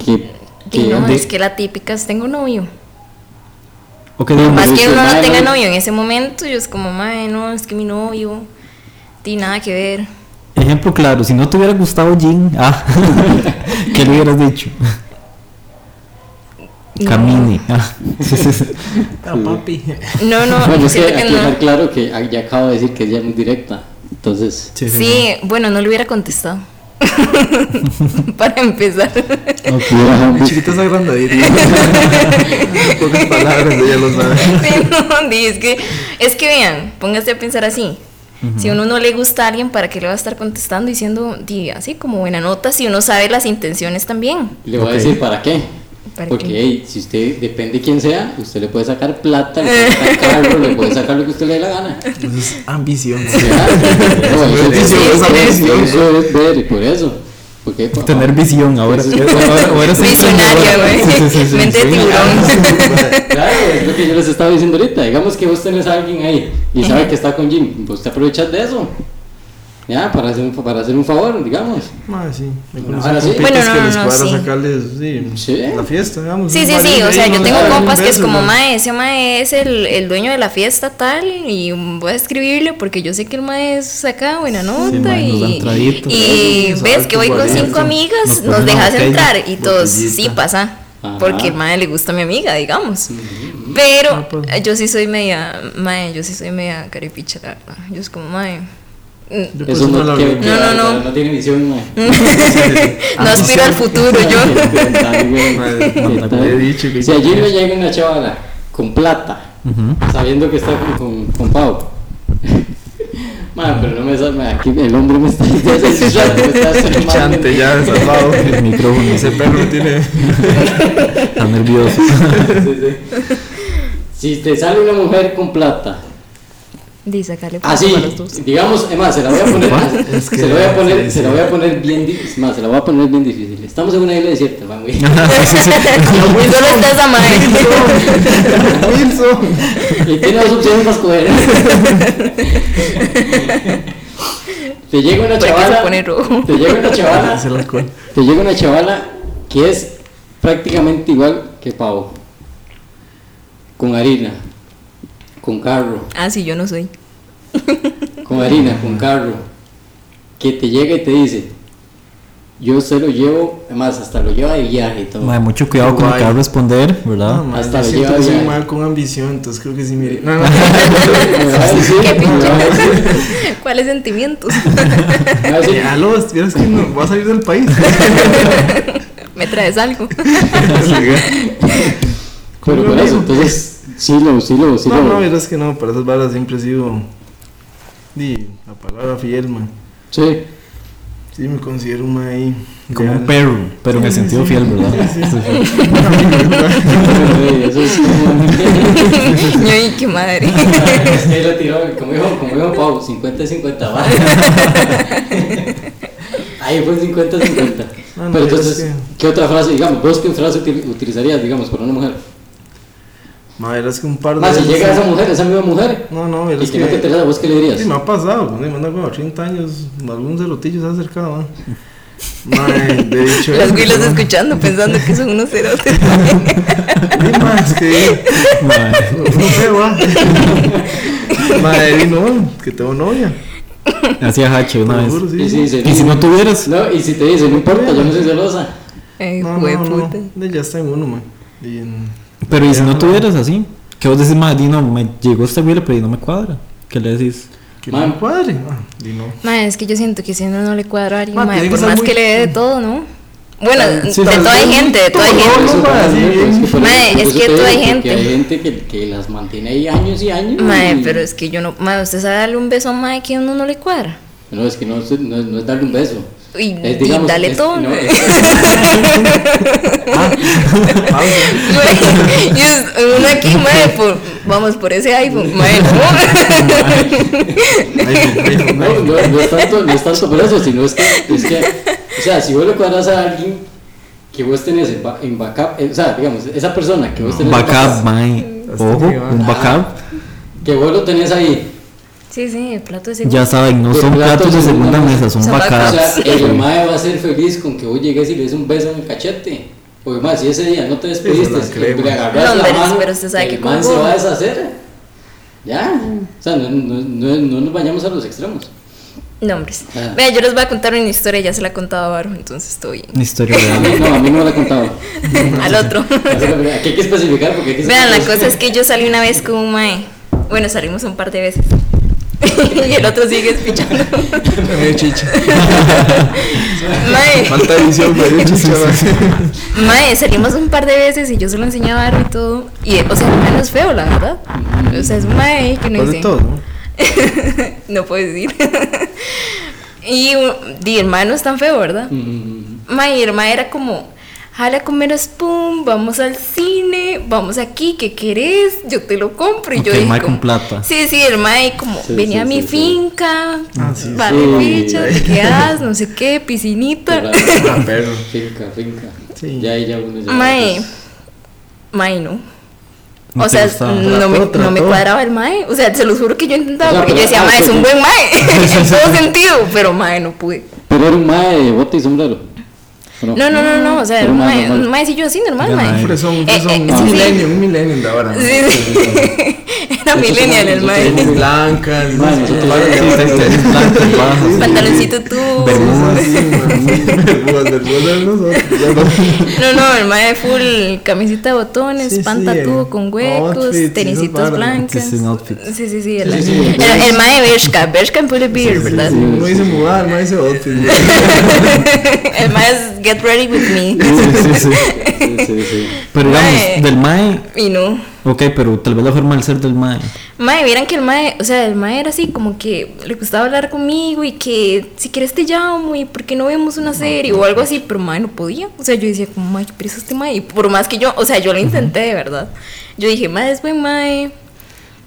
Speaker 2: Que,
Speaker 4: Y
Speaker 2: que-
Speaker 4: no,
Speaker 2: de-
Speaker 4: es que la típica es tengo novio.
Speaker 3: Ok, digamos,
Speaker 4: Más que
Speaker 2: dice,
Speaker 4: uno no
Speaker 2: "Mae,
Speaker 4: tenga
Speaker 2: no".
Speaker 4: novio en ese momento, yo es como, mae, no, es que mi novio, tiene nada que ver.
Speaker 3: ejemplo claro, si no te hubiera gustado Jin, ah, ¿qué le hubieras dicho?
Speaker 4: No.
Speaker 3: Camine. Ah, sí, sí, sí.
Speaker 5: Ah, papi.
Speaker 4: No, no,
Speaker 2: Bueno, es que
Speaker 4: siento
Speaker 2: hay
Speaker 4: que
Speaker 2: que
Speaker 4: no.
Speaker 2: dejar claro que ah, ya acabo de decir que ella es muy directa. Entonces,
Speaker 4: Sí, bueno, no le hubiera contestado. Para empezar.
Speaker 5: Mi chiquita está agrandadita. Pocas palabras, ella lo sabe.
Speaker 4: Sí, no, di, es que, es que vean, póngase a pensar así. Si uno no le gusta a alguien, ¿para qué le va a estar contestando diciendo di, así como buena nota si uno sabe las intenciones también?
Speaker 2: le voy
Speaker 3: Ok.
Speaker 2: a decir para qué.
Speaker 4: ¿Para
Speaker 2: Porque
Speaker 4: qué?
Speaker 2: hey, si usted depende quién sea, usted le puede sacar plata, le
Speaker 4: Eh.
Speaker 2: puede sacar carro, le puede sacar lo que usted le dé la gana.
Speaker 5: Eso es ambición.
Speaker 2: ¿Verdad? No, eso es-
Speaker 5: Sí,
Speaker 2: eso
Speaker 5: sí,
Speaker 2: es-
Speaker 5: sí.
Speaker 2: eso es ver, y por eso. Porque, por-
Speaker 3: Tener visión ahora.
Speaker 2: Sí, sí.
Speaker 3: ahora, ahora sí
Speaker 4: Visionaria,
Speaker 3: entendí,
Speaker 4: güey.
Speaker 3: ahora. Sí, sí, sí, sí,
Speaker 4: Mente de
Speaker 3: sí.
Speaker 4: tiburón.
Speaker 2: Claro, es lo que yo les estaba diciendo ahorita. Digamos que vos tenés a alguien ahí y sabe que está con Jim, vos te aprovechas de eso. Ya, para hacer un, para hacer un favor, digamos.
Speaker 5: Ma, sí. Me
Speaker 2: No,
Speaker 5: conocí
Speaker 2: ahora sí.
Speaker 5: compitas
Speaker 4: Bueno, no,
Speaker 5: que
Speaker 4: no,
Speaker 5: les
Speaker 4: no,
Speaker 5: cuadra
Speaker 4: sí.
Speaker 5: sacarles sí,
Speaker 2: Sí.
Speaker 5: la fiesta, digamos.
Speaker 4: Sí,
Speaker 5: un
Speaker 4: sí, sí,
Speaker 5: barillo
Speaker 4: o sea,
Speaker 5: ahí,
Speaker 4: yo
Speaker 5: no
Speaker 4: tengo
Speaker 5: saben, un
Speaker 4: compas que es
Speaker 5: beso,
Speaker 4: como,
Speaker 5: ¿no?
Speaker 4: mae, ese mae es el, el dueño de la fiesta tal, y voy a escribirle porque yo sé que el mae es acá, buena nota,
Speaker 3: mae, nos dan
Speaker 4: y,
Speaker 3: traguitos,
Speaker 4: y
Speaker 5: ¿no?
Speaker 4: ves que voy con
Speaker 5: Guardián,
Speaker 4: cinco
Speaker 5: nos
Speaker 4: amigas,
Speaker 3: ponen
Speaker 4: nos
Speaker 3: una
Speaker 4: dejas
Speaker 3: botella,
Speaker 4: entrar, y todos,
Speaker 5: botellita.
Speaker 4: sí, pasa,
Speaker 2: Ajá.
Speaker 4: porque el mae le gusta a mi amiga, digamos,
Speaker 5: Ah,
Speaker 4: pero
Speaker 5: pues.
Speaker 4: eh, yo sí soy media, mae, yo sí soy media caripicha, la verdad, yo es como, mae, mm,
Speaker 5: Yo por
Speaker 2: Eso no,
Speaker 5: pues lo
Speaker 2: que-
Speaker 5: veo.
Speaker 2: que-
Speaker 4: No, no, no.
Speaker 2: tiene visión. eh. mae.
Speaker 4: no aspiro al futuro, yo...
Speaker 2: Ay, güey.
Speaker 5: Madre,
Speaker 2: ¿Qué
Speaker 5: no,
Speaker 2: tal?
Speaker 5: le he dicho que-
Speaker 2: Si allí me llega una chavala con plata,
Speaker 3: Ujú.
Speaker 2: sabiendo que está con, con, con Pau. Man, pero no me sal- mae, aquí el hombre me está desesperando, me está
Speaker 5: El
Speaker 2: desesperando.
Speaker 5: chante ya salvado.
Speaker 3: El micrófono.
Speaker 5: Ese perro tiene.
Speaker 3: Está nervioso.
Speaker 2: Sí, sí. Si te sale una mujer con plata,
Speaker 4: Di, sacarle puntos
Speaker 2: así,
Speaker 4: a Ah, los dos.
Speaker 2: digamos, es más, se la voy a poner,
Speaker 5: Es que-
Speaker 2: se la voy a poner,
Speaker 5: sí,
Speaker 2: se la
Speaker 5: sí.
Speaker 2: voy a poner bien, di- es más, se la voy a poner bien difícil. Estamos en una isla desierta, man, güey.
Speaker 3: Sí, sí.
Speaker 4: Solo está esa mae.
Speaker 5: Wilson.
Speaker 2: Y tiene dos opciones para escoger. te llega una
Speaker 4: ¿Por qué se
Speaker 2: chavala,
Speaker 4: pone rojo?
Speaker 2: te llega una
Speaker 5: Es
Speaker 2: chavala,
Speaker 5: el alcohol.
Speaker 2: te llega una chavala que es prácticamente igual que Pavo, con harina, con carro.
Speaker 4: Ah, sí, yo no soy.
Speaker 2: con harina, con carro, que te llega y te dice, yo se lo llevo, además hasta lo lleva de viaje y todo.
Speaker 3: Mae, mucho cuidado con lo que va a responder, ¿verdad?
Speaker 5: No,
Speaker 2: Hasta
Speaker 5: Hasta
Speaker 2: lo
Speaker 5: yo siento
Speaker 2: lleva
Speaker 5: que soy
Speaker 2: bien.
Speaker 5: mal con ambición, entonces creo que sí mire. No, no,
Speaker 2: Me va a decir,
Speaker 4: Qué
Speaker 2: me va a decir,
Speaker 4: ¿Cuáles sentimientos?
Speaker 2: me va a decir,
Speaker 5: ya lo vieras que no, voy a salir del país.
Speaker 4: ¿Me traes algo?
Speaker 2: Pero por eso, entonces, sí lo, sí lo, sí
Speaker 5: no, no,
Speaker 2: lo.
Speaker 5: vieras que no, para esas varas siempre he sido di, la palabra fiel, man.
Speaker 2: Sí.
Speaker 5: Sí, me considero un ahí.
Speaker 3: Como un perro, pero en el sentido fiel, ¿verdad?
Speaker 2: Sí, eso es como-
Speaker 4: Yo, "Ay, qué madre.
Speaker 2: Es que la tiró, como dijo, como dijo Pau, 50-50, va. Ahí fue 50-50.
Speaker 5: No, no,
Speaker 2: Pero
Speaker 5: es
Speaker 2: entonces,
Speaker 5: que-
Speaker 2: ¿qué otra frase, digamos, vos qué frase util- utilizarías, digamos, para una mujer?
Speaker 5: Madre, vieras que un par de.
Speaker 2: Más, si
Speaker 5: veces-
Speaker 2: llega esa mujer, esa misma mujer,
Speaker 5: No, no,
Speaker 2: y
Speaker 5: vieras
Speaker 2: que no te
Speaker 5: que.
Speaker 2: interesa, ¿vos qué le dirías?
Speaker 5: Sí, me ha pasado, me han como 30 años, algún cerotillo se ha acercado, man. Madre, de hecho.
Speaker 4: Las güilas
Speaker 5: man.
Speaker 4: escuchando pensando que son unos cerotes.
Speaker 5: Sí, madre, es que.
Speaker 3: Mae,
Speaker 5: No sé, va. Madre, di, no, que tengo novia.
Speaker 3: Hacía hache
Speaker 5: te
Speaker 3: una
Speaker 5: lo
Speaker 3: vez.
Speaker 5: juro, sí,
Speaker 2: Y si
Speaker 5: sí.
Speaker 2: dice,
Speaker 3: Y si no tuvieras,
Speaker 2: no, y si te dice, no importa, yo no soy celosa.
Speaker 4: Ay,
Speaker 5: No,
Speaker 4: jue
Speaker 5: no, no,
Speaker 4: puta.
Speaker 5: de- ya está en uno, man. Y en-
Speaker 3: pero y si no tuvieras así, que vos decís, mae, di, no, me llegó esta huila, pero di, no me cuadra. ¿Qué le decís?
Speaker 5: Que
Speaker 2: Man.
Speaker 5: no cuadre. Ah, y no.
Speaker 4: Ma, es que yo siento que si uno no le cuadra a alguien,
Speaker 5: Ma,
Speaker 4: ma,
Speaker 5: tiene que
Speaker 4: por
Speaker 5: ser
Speaker 4: más
Speaker 5: muy-
Speaker 4: que le dé de todo, ¿no? Bueno,
Speaker 3: sí,
Speaker 4: de
Speaker 3: tal
Speaker 4: todo hay
Speaker 3: vez
Speaker 4: gente, de todo hay gente.
Speaker 5: no, ma, sí,
Speaker 2: pues, es que por
Speaker 4: Ma,
Speaker 2: eso- por
Speaker 4: es
Speaker 2: eso te
Speaker 4: que todo
Speaker 2: digo,
Speaker 4: hay
Speaker 2: porque
Speaker 4: gente.
Speaker 2: Hay gente que, que las mantiene ahí años y años.
Speaker 4: Mae,
Speaker 2: y-
Speaker 4: pero es que yo no. Mae, usted sabe darle un beso a Mae que uno no le cuadra.
Speaker 2: No, es que no, es- no, es- no es darle un beso.
Speaker 4: Y,
Speaker 2: Es,
Speaker 4: y
Speaker 2: Eh, digamos,
Speaker 4: Eh, dale
Speaker 2: es-
Speaker 4: todo.
Speaker 2: no,
Speaker 4: mae.
Speaker 2: es-
Speaker 4: Mae, y es- uno aquí, mae, por, vamos por ese iPhone, mae, no.
Speaker 5: Ahí, ahí,
Speaker 2: No, no, no es tanto, no es tanto por eso, sino es que, es que, o sea, si vos le cuadras a alguien que vos tenés en, ba- en backup, eh, o sea, digamos, esa persona que vos
Speaker 3: Un
Speaker 2: tenés en
Speaker 3: backup, mae.
Speaker 5: Hasta
Speaker 3: Ojo,
Speaker 5: que va.
Speaker 3: un backup.
Speaker 2: que vos lo tenés ahí,
Speaker 4: Sí, sí, el plato de
Speaker 3: Ya
Speaker 4: segunda.
Speaker 3: saben, no
Speaker 2: Pero
Speaker 3: son
Speaker 2: platos
Speaker 3: platos de
Speaker 2: de
Speaker 3: segunda
Speaker 2: segunda
Speaker 3: mesa, son
Speaker 4: Son
Speaker 2: o
Speaker 4: backups.
Speaker 3: backups.
Speaker 2: sea, el mae va a ser feliz con que vos llegues y le des un beso en el cachete, porque más, si ese día no te despediste,
Speaker 5: Eso la creo.
Speaker 2: le agarras
Speaker 4: No,
Speaker 2: la
Speaker 4: pero-
Speaker 2: mano,
Speaker 4: pero usted sabe que
Speaker 2: el
Speaker 4: con Mm.
Speaker 2: man se
Speaker 4: gorro.
Speaker 2: va a deshacer, ya, o sea, no, no, no, no nos vayamos a los extremos.
Speaker 4: Nombres.
Speaker 2: Ah.
Speaker 4: Vea, yo les voy a contar una historia, ya se la he contado a Baro, entonces estoy
Speaker 3: Una historia
Speaker 2: A
Speaker 3: real.
Speaker 2: mí, no, a mí no me lo he contado.
Speaker 4: bien. Al otro.
Speaker 2: Aquí hay que especificar porque hay que
Speaker 4: Vean, la cosa es que yo salí una vez con un mae. Bueno, salimos un par de veces. y el otro sigue espichando.
Speaker 5: ahí, chicha.
Speaker 4: mae,
Speaker 5: Falta de visión, pues. me dio chicha. man.
Speaker 4: mae, salimos un par de veces y yo se lo enseñaba a Baro y todo. Y, o sea, el mae no es feo, la verdad. O sea, es un mae que no
Speaker 5: Pues de
Speaker 4: dice.
Speaker 5: todo, ¿no?
Speaker 4: no puedo decir. y, un- di, el mae no es tan feo, ¿verdad?
Speaker 2: Mm,
Speaker 4: Mae, el mae era como, jala a comer a Spoon, vamos al cine, vamos aquí, ¿qué querés? Yo te lo compro. Y
Speaker 3: Ok,
Speaker 4: yo
Speaker 3: el
Speaker 4: dije
Speaker 3: mae con
Speaker 4: como-
Speaker 3: plata.
Speaker 4: Sí, sí, el mae como,
Speaker 2: Sí,
Speaker 4: venía
Speaker 2: sí,
Speaker 4: a
Speaker 2: sí,
Speaker 4: mi
Speaker 2: sí.
Speaker 4: finca,
Speaker 5: Ah, sí,
Speaker 4: vale,
Speaker 2: sí.
Speaker 4: bicho, te quedas, no sé qué, piscinita.
Speaker 2: ¿verdad?
Speaker 5: Ah, perro.
Speaker 2: Finca, finca.
Speaker 5: Sí.
Speaker 2: Ya, ya uno ya.
Speaker 4: Mae, mae no.
Speaker 3: No
Speaker 4: o
Speaker 3: te
Speaker 4: sea,
Speaker 3: gustaba.
Speaker 4: no me,
Speaker 5: Trató,
Speaker 4: no me
Speaker 5: trató.
Speaker 4: cuadraba el mae. O sea, se los juro que yo intentaba
Speaker 2: O sea,
Speaker 4: porque yo
Speaker 2: pero-
Speaker 4: decía,
Speaker 2: ah,
Speaker 4: mae,
Speaker 2: sí,
Speaker 4: es un
Speaker 2: sí.
Speaker 4: buen mae en todo sentido, pero mae, no pude.
Speaker 2: Pero era un mae de bote y sombrero. ¿o
Speaker 4: No, no, no, no, o sea,
Speaker 2: Pero
Speaker 4: un
Speaker 2: mae
Speaker 4: mae,
Speaker 2: normal.
Speaker 4: un maecillo así, normal,
Speaker 3: Era
Speaker 4: mae.
Speaker 5: Un fresón, un
Speaker 4: Eh, eh,
Speaker 5: fresón.
Speaker 4: sí,
Speaker 5: un
Speaker 4: sí.
Speaker 5: milenio, un milenio de ahora.
Speaker 4: Sí, sí. Era
Speaker 2: Nosotros
Speaker 4: millennial el
Speaker 2: somos-
Speaker 4: mae.
Speaker 2: nosotros
Speaker 5: Tenis blancas,
Speaker 2: Man,
Speaker 5: esas
Speaker 2: nosotros-
Speaker 5: varas de
Speaker 2: sí,
Speaker 5: ahora,
Speaker 2: sí,
Speaker 5: ¿no?
Speaker 2: sí.
Speaker 3: Blancas, bajas.
Speaker 4: Pantaloncito tú.
Speaker 5: Bermudas, sí, man, sí, bermudas, bermudas de nosotros, ya no.
Speaker 4: No, no, el mae full camisita de botones,
Speaker 5: Sí, sí,
Speaker 4: panta
Speaker 5: eh.
Speaker 4: tubo con huecos,
Speaker 5: Outfits, esas
Speaker 4: tenisitos
Speaker 5: varas.
Speaker 4: blancas.
Speaker 3: Que sin outfit.
Speaker 4: Sí, sí, sí. El,
Speaker 2: Sí, sí, sí.
Speaker 4: el, el mae Bershka, Bershka en Pule Beer, ¿verdad?
Speaker 5: Sí, No hice mudar, no hice outfit.
Speaker 4: el mae es Get Ready With Me.
Speaker 3: Sí, sí, sí.
Speaker 2: Sí, sí, sí.
Speaker 3: Pero
Speaker 4: Mae.
Speaker 3: digamos, del mae,
Speaker 4: Y no.
Speaker 3: ok, pero tal vez la forma del ser del mae.
Speaker 4: Mae, vieran que el mae, o sea, el mae era así como que le gustaba hablar conmigo y que si quieres te llamo y por qué no vemos una serie o algo así, pero mae no podía. O sea, yo decía como, mae, pero es este mae. Y por más que yo, o sea, yo lo intenté de verdad. Yo dije, mae, es buen mae.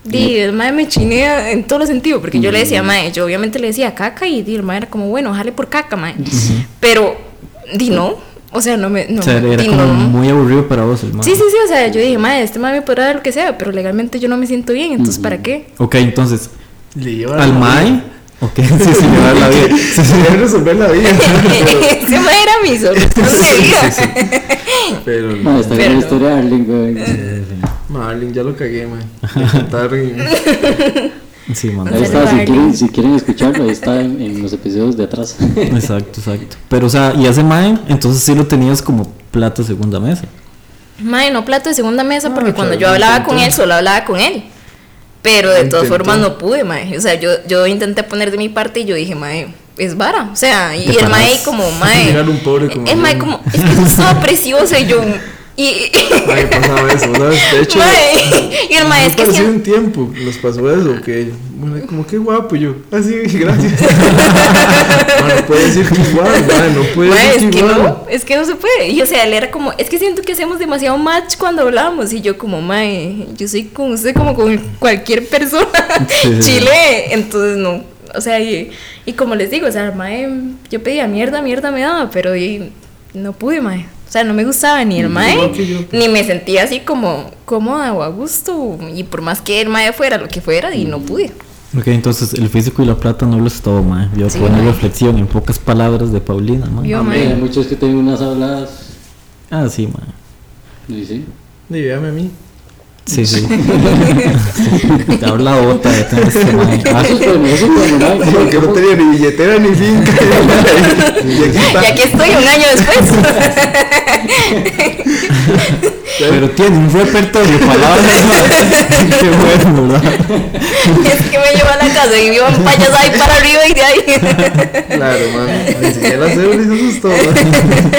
Speaker 4: Di, el mae me chinea en todos los sentidos, porque yo le
Speaker 3: Mm.
Speaker 4: decía, mae, yo obviamente le decía caca y di, el mae era como, bueno, jale por caca, mae. Pero, di, no. O sea, no me. No,
Speaker 3: o sea, era
Speaker 4: di,
Speaker 3: como
Speaker 4: no.
Speaker 3: muy aburrido para vos el mae.
Speaker 4: Sí, sí, sí, o sea, yo dije, madre, este madre me podrá dar lo que sea, pero legalmente yo no me siento bien, entonces ¿para qué?
Speaker 3: Ok, entonces,
Speaker 5: Le lleva
Speaker 3: al
Speaker 5: la-
Speaker 3: mae, ok, sí, sí, le va a dar la vida. Sí, sí.
Speaker 5: Debe resolver la vida.
Speaker 4: Ese madre era mi sol, no se diga.
Speaker 5: Pero,
Speaker 2: Mae, está bien
Speaker 4: Pero-
Speaker 2: la historia de Arling, güey.
Speaker 5: Marlin, ya lo cagué, man. De contar, eh,
Speaker 3: Sí, man.
Speaker 2: Ahí está, si quieren, si quieren escucharlo, ahí está en, en los episodios de atrás.
Speaker 3: Exacto, exacto. Pero, o sea, y hace Mae, entonces sí lo tenías como plato de segunda mesa.
Speaker 4: Mae, no plato de segunda mesa porque cuando yo hablaba con él, solo hablaba con él. Pero de todas formas no pude, mae. O sea, yo, yo intenté poner de mi parte y yo dije, mae, es vara. O sea, y
Speaker 3: Te
Speaker 4: el mae
Speaker 3: paras.
Speaker 4: como, mae.
Speaker 5: Llegar un pobre como
Speaker 4: Es mae
Speaker 5: yo.
Speaker 4: como, es que es todo precioso y yo. Y,
Speaker 5: Mae, pasaba eso, ¿sabes? De hecho,
Speaker 4: mae, y el mae es que.
Speaker 5: Hace
Speaker 4: siempre-
Speaker 5: un tiempo nos pasó eso, que bueno, como que guapo y yo. Así, gracias. Mae, no puede decir que igual, mae, Ah, no puede
Speaker 4: Mae,
Speaker 5: decir
Speaker 4: es
Speaker 5: que
Speaker 4: que
Speaker 5: igual.
Speaker 4: no, es que no se puede. Y o sea, él era como, es que siento que hacemos demasiado match cuando hablamos. Y yo como, mae, yo soy con usted como con cualquier persona.
Speaker 3: Sí, sí, sí.
Speaker 4: Chile, entonces no. O sea, y, y como les digo, o sea, mae, yo pedía mierda, mierda me daba, pero y no pude, mae. O sea, no me gustaba ni el mae,
Speaker 5: Igual que yo.
Speaker 4: ni me sentía así como cómoda o a gusto. Y por más que el mae fuera lo que fuera, y no pude.
Speaker 3: Ok, entonces el físico y la plata no lo es todo, Mae. Yo
Speaker 4: Sí,
Speaker 3: pongo
Speaker 4: mae.
Speaker 3: reflexión en pocas palabras de Paulina, Mae.
Speaker 4: Yo,
Speaker 2: Hombre,
Speaker 4: mae.
Speaker 2: hay muchos que tienen unas habladas.
Speaker 3: Ah, sí, Mae.
Speaker 2: Y sí.
Speaker 5: Y véame a mí.
Speaker 3: Sí, sí. Te habla otra de tener este Mae. Ah,
Speaker 2: Eso es bueno, eso es bueno, mae.
Speaker 5: Porque no tenía ni billetera ni finca. y aquí
Speaker 4: Y aquí estoy un año después.
Speaker 3: Pero tiene un repertorio de palabras, mae. Qué bueno, ¿verdad?
Speaker 4: Es que me llevó a la casa y vio un payaso ahí para arriba y de ahí.
Speaker 5: Claro, man. Ni siquiera la cédula y se asustó, man.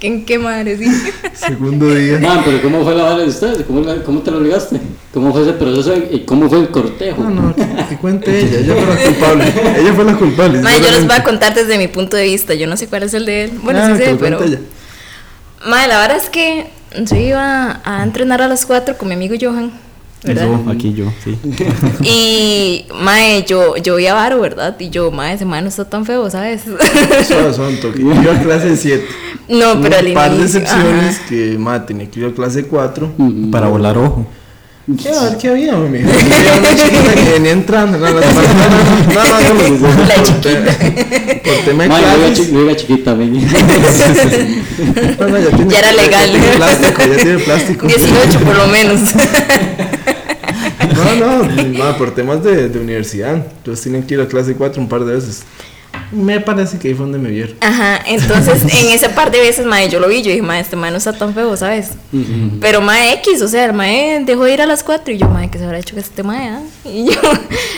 Speaker 4: ¿En qué madre? Sí.
Speaker 5: Segundo día.
Speaker 2: Man, pero ¿cómo fue la vara de ustedes? ¿Cómo, la- ¿Cómo te lo ligaste? ¿Cómo fue ese proceso y cómo fue el cortejo?
Speaker 5: No, no, que, que cuente ella. Ella fue la culpable. Ella fue la culpable.
Speaker 4: Madre, yo les voy a
Speaker 5: seguramente.
Speaker 4: contar desde mi punto de vista. Yo no sé cuál es el de él. Bueno,
Speaker 5: Ah,
Speaker 4: sí
Speaker 5: que
Speaker 4: sé,
Speaker 5: lo
Speaker 4: pero.
Speaker 5: cuente ella.
Speaker 4: Madre, la verdad es que yo iba a entrenar a las 4 con mi amigo Johan, ¿verdad?
Speaker 3: Yo, aquí yo, sí.
Speaker 4: Y, madre, yo, yo vi a Varo, ¿verdad? Y yo, madre, ese madre no está tan feo, ¿sabes?
Speaker 5: Suave, suave, un toque. Yo iba a clase 7.
Speaker 4: no, pero al
Speaker 5: Un par de
Speaker 4: inicio.
Speaker 5: excepciones
Speaker 4: ajá. Mm.
Speaker 5: que, ma, tenía que ir a clase 4.
Speaker 3: Para volar ojo.
Speaker 5: ¿Qué, a ver, ¿Qué había, mami? Había una chiquita que venía entrando. No, no, no, no, no, no, no,
Speaker 4: La
Speaker 5: por te- Por tema de
Speaker 2: Mae, yo iba
Speaker 5: clases.
Speaker 2: chi- yo iba chiquita, men.
Speaker 5: No, no, ya, tiene,
Speaker 4: Ya era legal.
Speaker 5: Ya tiene plástico, ya tiene plástico.
Speaker 4: 18 por lo menos.
Speaker 5: No, no, no, por temas de, de universidad. Entonces tienen que ir a clase 4 un par de veces. Me parece que ahí fue donde me vieron.
Speaker 4: Ajá, entonces en ese par de veces, mae, yo lo vi, yo dije, mae, este mae no está tan feo, ¿sabes? Pero mae X, o sea, el mae dejó de ir a las 4 y yo, mae, que se habrá hecho que este mae, ah?" Y yo,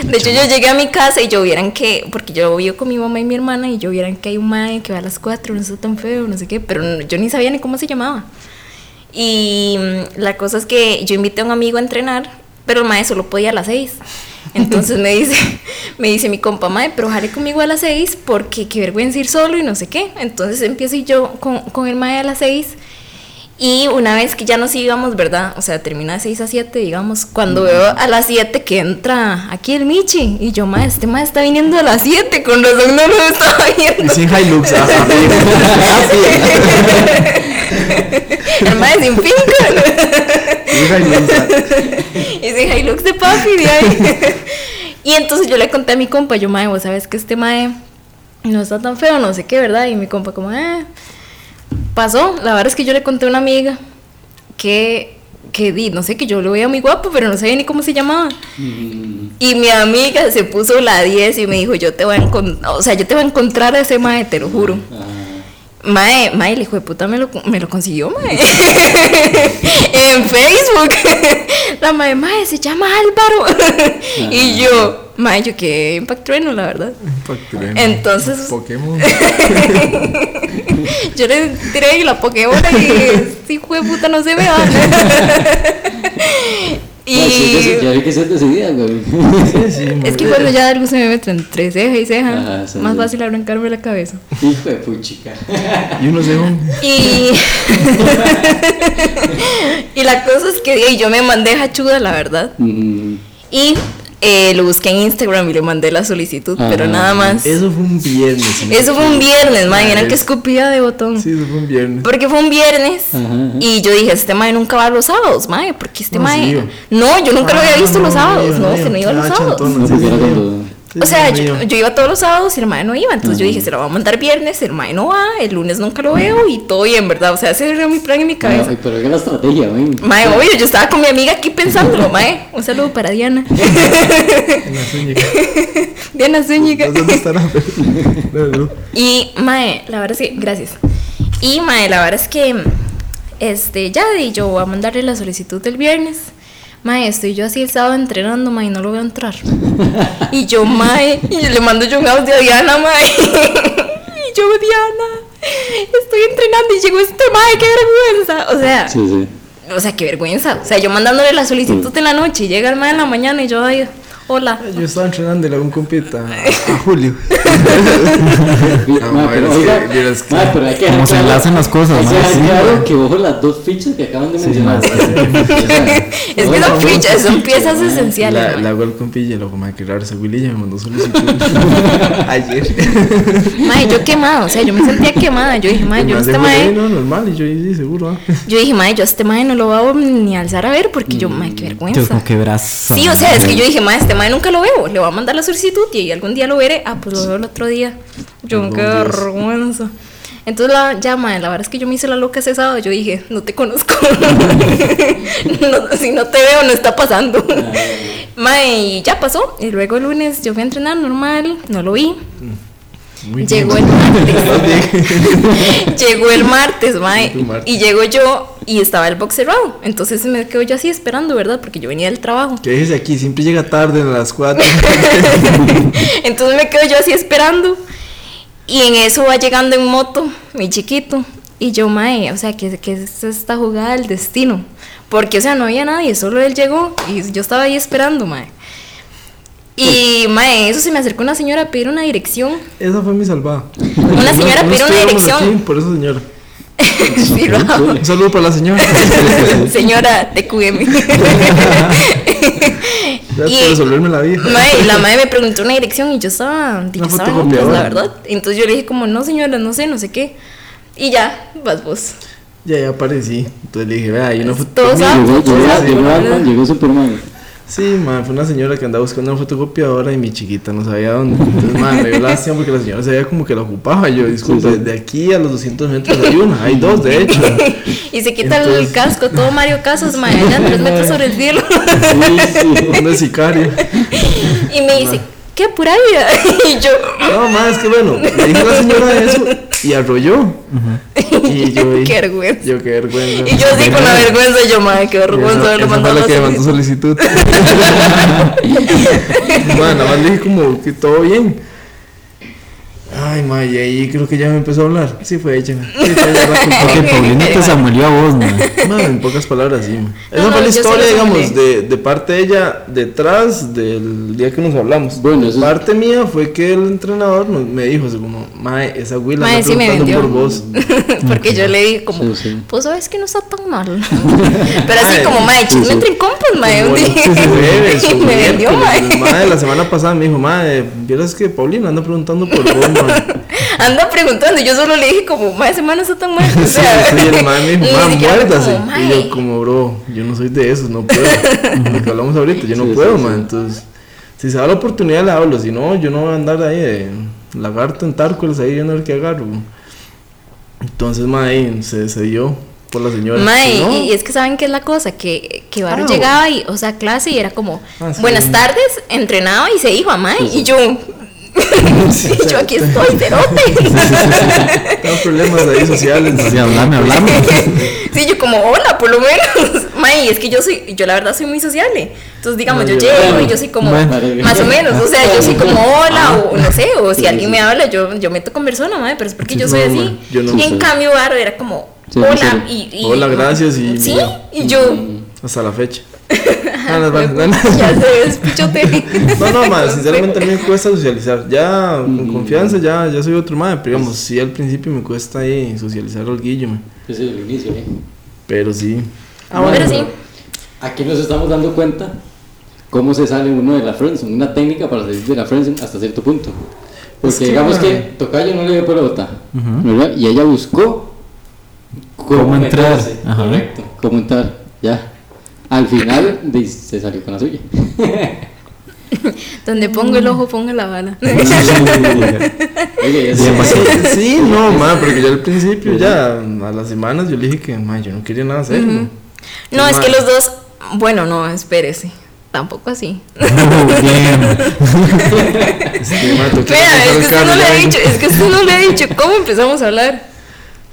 Speaker 4: de hecho, yo llegué a mi casa y yo vieran que, porque yo vivo con mi mamá y mi hermana y yo vieran que hay un mae que va a las 4, no está tan feo, no sé qué, pero no- yo ni sabía ni cómo se llamaba. Y mm, la cosa es que yo invité a un amigo a entrenar, pero el mae solo podía a las 6. Entonces me dice, me dice mi compa, mae, pero jale conmigo a las 6 porque qué vergüenza ir solo y no sé qué. Entonces empiezo y yo con, con el mae a las 6. Y una vez que ya nos íbamos, ¿verdad? O sea, termina de 6 a 7, digamos, cuando veo a las 7 que entra aquí el Michi. Y yo, mae, este mae está viniendo a las 7, con razón no lo estaba
Speaker 5: Y
Speaker 4: viendo.
Speaker 5: sin Hilux, ajá, amigo.
Speaker 4: el mae sin finca.
Speaker 5: Sin Hilux.
Speaker 4: Y ese Hilux de papi, de ahí. y entonces yo le conté a mi compa, yo, mae, vos sabes que este mae no está tan feo, no sé qué, ¿verdad? Y mi compa, como, ah. Pasó, la verdad es que yo le conté a una amiga que, que di, no sé, que yo lo veía muy guapo, pero no sabía ni cómo se llamaba. Y mi amiga se puso la 10 y me dijo, yo te voy a encontrar, o sea, yo te voy a encontrar a ese mae, te lo juro. Mae, mae, el hijo de puta me lo, me lo consiguió, mae. en Facebook. la mae, mae, se llama
Speaker 2: Ah.
Speaker 4: Álvaro. y yo, mae, yo qué impactrueno, la verdad.
Speaker 5: Facturemos.
Speaker 4: Entonces-
Speaker 5: Pokémon.
Speaker 4: Yo le tiré la pokebola y este hijo de puta no se me va. y
Speaker 2: Mae, sí, ya- Ya vi que se decidía, güey.
Speaker 5: Sí, sí, ma.
Speaker 4: es que cuando ya algo se me mete entre ceja y ceja,
Speaker 2: Ajá, Ah, sí,
Speaker 4: más
Speaker 2: sí.
Speaker 4: fácil arrancarme la cabeza.
Speaker 2: Hijo de puchica.
Speaker 5: Y uno se un.
Speaker 4: Y, y la cosa es que ey, yo me mandé hachuda, la verdad.
Speaker 2: Mm,
Speaker 4: Y eh, lo busqué en Instagram y le mandé la solicitud,
Speaker 2: Ah,
Speaker 4: pero nada más. Eso,
Speaker 5: Eso fue un viernes. ¿no?
Speaker 4: fue un viernes, man, eran
Speaker 5: Madre.
Speaker 4: que escupía de botón.
Speaker 5: Sí, eso fue un viernes.
Speaker 4: Porque fue un viernes
Speaker 2: Ajá, ajá.
Speaker 4: y yo dije, este mae nunca va los sábados, mae, porque este
Speaker 5: No,
Speaker 4: mae...
Speaker 5: sí Ah, iba.
Speaker 4: No, yo nunca lo había visto los sábados, no, se no iba los sábados.
Speaker 2: No, pues era cuando-
Speaker 5: Sí,
Speaker 4: O sea,
Speaker 5: Dios
Speaker 4: yo,
Speaker 5: mío.
Speaker 4: yo iba todos los sábados y el mae no iba. Entonces yo dije, se lo va a mandar viernes, el mae no va, el lunes nunca lo veo y todo bien, ¿verdad? O sea, ese era mi plan en mi cabeza.
Speaker 2: Ay, pero es la estrategia, ven.
Speaker 4: Mae, obvio, yo estaba con mi amiga aquí pensándolo, mae. Un saludo para Diana.
Speaker 5: En la Zúñiga.
Speaker 4: Diana Zúñiga.
Speaker 5: ¿Dónde estará? No, no.
Speaker 4: Y mae, la verdad es que, gracias. Y mae, la verdad es que, este, ya di, yo voy a mandarle la solicitud del viernes. Mae, estoy yo así el sábado entrenando, mae, no lo veo entrar. Y yo, mae, y yo le mando yo un audio a Diana, mae. Y yo, Diana, estoy entrenando y llegó este mae, qué vergüenza. O sea,
Speaker 2: Sí, sí.
Speaker 4: o sea, qué vergüenza. O sea, yo mandándole la solicitud
Speaker 5: Mm.
Speaker 4: en la noche y llega el mae en la mañana y yo, ay, hola.
Speaker 5: Yo estaba entrenando y le hago un compita a Julio.
Speaker 6: No,
Speaker 2: Ma,
Speaker 6: ma,
Speaker 2: pero,
Speaker 6: es que-
Speaker 2: oiga,
Speaker 6: yo es que-
Speaker 2: ma, pero hay que
Speaker 3: Cómo se
Speaker 2: dejar
Speaker 3: enlazan las cosas,
Speaker 2: hay que
Speaker 3: ma,
Speaker 2: dejar
Speaker 3: sí,
Speaker 2: claro
Speaker 3: ma.
Speaker 2: que ojo las dos fichas que acaban de mencionar.
Speaker 4: Es que son fichas, son piezas esenciales.
Speaker 5: La,
Speaker 4: mae.
Speaker 5: la hago al compilla y luego, madre, qué raro ese Willy ya me mandó solicitud. Ayer.
Speaker 4: Mae, yo quemada, o sea, yo me sentía quemada. Yo dije, mae,
Speaker 5: Y
Speaker 4: yo
Speaker 5: me
Speaker 4: a este
Speaker 5: hace Willy,
Speaker 4: mae,
Speaker 5: No, normal. Y yo, sí, seguro. ah.
Speaker 4: yo dije, mae, yo a este mae no lo voy a ni alzar a ver porque
Speaker 5: Mm.
Speaker 4: yo, mae, qué
Speaker 3: Yo como
Speaker 4: vergüenza.
Speaker 3: que verás.
Speaker 4: Sí, o sea, es que yo dije, mae, este mae nunca lo veo, le voy a mandar la solicitud y ahí algún día lo veré. Ah, pues lo veo el otro día. Yo, qué vergüenza. Entonces, la, ya, mae, la verdad es que yo me hice la loca ese sábado. Yo dije, no te conozco. No, si no te veo, no está pasando.
Speaker 5: Ah.
Speaker 4: Mae, y ya pasó. Y luego el lunes yo fui a entrenar normal, no lo vi.
Speaker 5: Muy bien.
Speaker 4: Llegó el martes. llegó el martes, mae.
Speaker 5: Tu martes.
Speaker 4: Y llego yo y estaba el box cerrado. Entonces me quedo yo así esperando, ¿verdad? Porque yo venía del trabajo.
Speaker 5: ¿Qué dices aquí? Siempre llega tarde a las 4.
Speaker 4: Entonces me quedo yo así esperando. Y en eso va llegando en moto mi chiquito. Y yo, mae, o sea, que, que es esta jugada del destino. Porque, o sea, no había nadie, solo él llegó y yo estaba ahí esperando, mae. Y, mae, eso se me acercó una señora a pedir una dirección.
Speaker 5: Esa fue mi salvada.
Speaker 4: Una señora
Speaker 5: No- no
Speaker 4: pidió una
Speaker 5: estuviéramos
Speaker 4: dirección.
Speaker 5: aquí, por eso, señora.
Speaker 4: Sí, lo hago.
Speaker 5: Un saludo para la señora.
Speaker 4: Señora, te cuídeme.
Speaker 5: Gracias por
Speaker 4: y
Speaker 5: resolverme la vida.
Speaker 4: mae, la madre me preguntó una dirección y yo estaba, yo estaba en
Speaker 5: Una
Speaker 4: otras,
Speaker 5: fotocopiadora.
Speaker 4: la verdad. Entonces yo le dije como, no señora, no sé, no sé qué. Y ya, vas vos.
Speaker 5: Ya, ya aparecí. Entonces le dije, vea, hay una foto.
Speaker 4: Todos
Speaker 2: Llegó, llegó,
Speaker 4: saben.
Speaker 5: Sí, sí,
Speaker 2: llegó
Speaker 5: ma.
Speaker 2: Batman, llegó Superman.
Speaker 5: Sí, ma, fue una señora que andaba buscando una fotocopiadora y mi chiquita no sabía dónde. Entonces, ma, me dio lástima porque la señora sabía como que la ocupaba. Yo, disculpe, de aquí a los 200 metros hay una, hay dos de hecho.
Speaker 4: Y se quita el
Speaker 5: Entonces-
Speaker 4: casco, todo Mario Casas, mae, allá tres metros sobre el cielo.
Speaker 2: Sí, sí.
Speaker 5: Una sicaria.
Speaker 4: y me dice, qué pura vida. y yo,
Speaker 5: No, ma, es que bueno, le dijo la señora eso y arrolló. Y yo, dije,
Speaker 4: qué vergüenza.
Speaker 5: yo, qué vergüenza.
Speaker 4: Y yo así con la vergüenza, yo, madre, qué
Speaker 5: Y esa-
Speaker 4: vergüenza haberlo
Speaker 5: esa fue
Speaker 4: mandado a
Speaker 5: la
Speaker 4: la
Speaker 5: que mandó
Speaker 4: solicitud".
Speaker 5: solicitud. Ma, nada más le dije como que todo bien. Ay, ma, y ahí creo que ya me empezó a hablar. Sí, fue ella. Sí, fue ella la culpable.
Speaker 3: Porque Paulina te samuelió a vos, mae.
Speaker 5: Madre, en pocas palabras, sí. Esa
Speaker 4: no,
Speaker 5: fue la
Speaker 4: yo sí
Speaker 5: historia,
Speaker 4: lo
Speaker 5: digamos,
Speaker 4: sufrí.
Speaker 5: de, de parte de ella, detrás del día que nos hablamos.
Speaker 2: Bueno, eso es-
Speaker 5: parte mía fue que el entrenador nos- me dijo, así como, mae, esa güila
Speaker 4: Mae,
Speaker 5: está
Speaker 4: sí me
Speaker 5: preguntando por
Speaker 4: vendió.
Speaker 5: vos.
Speaker 4: Porque yo le dije
Speaker 2: Sí,
Speaker 4: como,
Speaker 2: sí.
Speaker 4: pues sabes que no está tan mal. Pero así
Speaker 5: Mae,
Speaker 4: como, mae, chisme entre en compas, mae. un día.
Speaker 5: Jueves,
Speaker 4: me vendió, eh.
Speaker 5: miércoles,
Speaker 4: mae.
Speaker 5: mae, la semana pasada me dijo, mae, vieras que Paulina anda preguntando por vos, mae.
Speaker 4: Anda preguntando, yo solo le dije como, mae, ese mae no está tan mal. O
Speaker 5: Sí,
Speaker 4: sea,
Speaker 5: sí, el mae me
Speaker 4: ni
Speaker 5: dijo, mae,
Speaker 4: siquiera fue como,
Speaker 5: muérdase. Y
Speaker 4: "Mae".
Speaker 5: yo, como, bro, yo no soy de esos, no puedo. Lo que hablamos ahorita, yo no
Speaker 2: Sí,
Speaker 5: puedo,
Speaker 2: sí,
Speaker 5: mae.
Speaker 2: sí.
Speaker 5: Entonces, si se da la oportunidad, le hablo. Si no, yo no voy a andar ahí de lagarto en tárcoles ahí viendo el que agarro. Entonces, mae, se, se dio por la señora.
Speaker 4: Mae,
Speaker 5: Si no,
Speaker 4: y- y es que saben qué es la cosa, que, que Varo
Speaker 5: Ah,
Speaker 4: llegaba y, o sea, a clase y era como,
Speaker 5: Ah, sí.
Speaker 4: buenas tardes, entrenaba y se iba, mae, y yo, y yo aquí estoy, cerote.
Speaker 5: tengo problemas ahí sociales.
Speaker 3: Sí, hablame, hablame.
Speaker 4: Sí, yo como, hola, por lo menos. Mae, es que yo soy, yo la verdad soy muy sociable. Entonces, digamos,
Speaker 5: No,
Speaker 4: yo
Speaker 5: yo-
Speaker 4: llego y yo soy como,
Speaker 3: Bueno.
Speaker 4: más o menos, o sea, yo soy como,
Speaker 5: Ah.
Speaker 4: hola, o no sé, o si alguien me habla, yo, yo meto con persona, mae, pero es porque yo soy
Speaker 5: No,
Speaker 4: así.
Speaker 5: mae, yo no
Speaker 4: y en
Speaker 5: sé.
Speaker 4: cambio, Varo era como,
Speaker 2: Sí,
Speaker 4: hola,
Speaker 2: sincero.
Speaker 4: y, y-
Speaker 5: Hola, gracias, y-
Speaker 4: Sí, y yo...
Speaker 5: Hasta la fecha. Ah, no, no, no, no.
Speaker 4: Ya se despichote.
Speaker 5: No, no, madre, sinceramente a mí me cuesta socializar. Ya, con confianza, ya, ya soy otro madre. Pero digamos, sí, al principio me cuesta ahí socializar al guillo, mae.
Speaker 2: Ese es el inicio, ¿eh?
Speaker 5: Pero sí.
Speaker 4: Ah, bueno. Pero sí.
Speaker 2: Aquí nos estamos dando cuenta cómo se sale uno de la friendzone, una técnica para salir de la friendzone hasta cierto punto. Porque
Speaker 5: Es que,
Speaker 2: digamos
Speaker 5: madre.
Speaker 2: que Tocayo no le dio pelota, ¿verdad? Y ella buscó
Speaker 3: Cómo entrar,
Speaker 2: meterse,
Speaker 3: ajá.
Speaker 2: correcto, cómo entrar, ya. Al final de- se salió con la suya.
Speaker 4: Donde pongo el ojo, pongo la bala.
Speaker 2: Oye, ya
Speaker 5: Sí,
Speaker 2: sé.
Speaker 5: sí, no, ma, porque yo al principio, ya a las semanas, yo le dije que, ma, yo no quería nada serio.
Speaker 4: No, es que
Speaker 5: Ma,
Speaker 4: los dos. Bueno, no, espérese. Tampoco así.
Speaker 3: Oh, bien.
Speaker 5: es que, ma, tengo que
Speaker 4: Vea, es
Speaker 5: arrancar
Speaker 4: que
Speaker 5: el
Speaker 4: usted
Speaker 5: carro,
Speaker 4: no le ha
Speaker 5: ya.
Speaker 4: dicho, es que usted no le ha dicho cómo empezamos a hablar.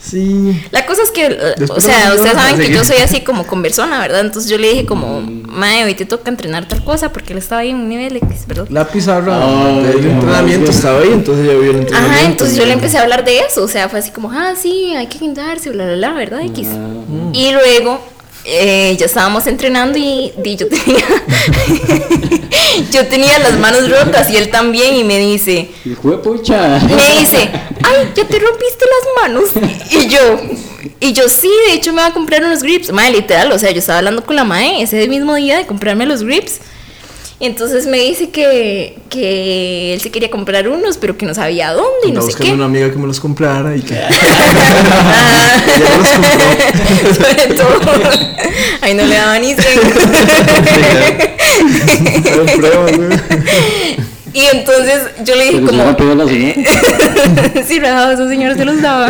Speaker 5: Sí.
Speaker 4: La cosa es que, eh, o
Speaker 5: Después
Speaker 4: sea,
Speaker 5: vamos a
Speaker 4: ustedes saben que
Speaker 5: seguir. Mm.
Speaker 4: yo soy así como conversona, ¿verdad? Entonces yo le dije como, mae, hoy te toca entrenar tal cosa porque él estaba ahí en un nivel X, ¿verdad?
Speaker 5: La pizarra
Speaker 2: Ay,
Speaker 5: del
Speaker 2: no,
Speaker 5: entrenamiento
Speaker 2: Dios.
Speaker 5: estaba ahí, entonces yo vi el entrenamiento.
Speaker 4: Ajá, entonces yo le empecé a hablar de eso, o sea, fue así como, ah, sí, hay que guindarse, bla, bla, bla,
Speaker 5: Mm.
Speaker 4: ¿verdad? X.
Speaker 2: Ah,
Speaker 4: Y luego eh, ya estábamos entrenando y, di- yo tenía yo tenía las manos rotas y él también y me dice,
Speaker 2: el jue pucha.
Speaker 4: me dice, ay, ya te rompiste las manos. Y yo, y yo sí, de hecho me va a comprar unos grips. Mae, literal, o sea, yo estaba hablando con la mae ese mismo día de comprarme los grips. Y entonces me dice que, que él se quería comprar unos, pero que no sabía dónde y no
Speaker 5: Andaba
Speaker 4: sé
Speaker 5: buscando
Speaker 4: qué.
Speaker 5: una amiga que me los comprara y que.
Speaker 4: Ah.
Speaker 5: Ya me los
Speaker 4: Sobre todo. Ay, no le daban ni
Speaker 5: compró. Pruebas, güey.
Speaker 4: Y entonces yo le dije
Speaker 2: Pero se
Speaker 4: como,
Speaker 2: van a pegar las
Speaker 4: sí, rajados, esos señores se los daba.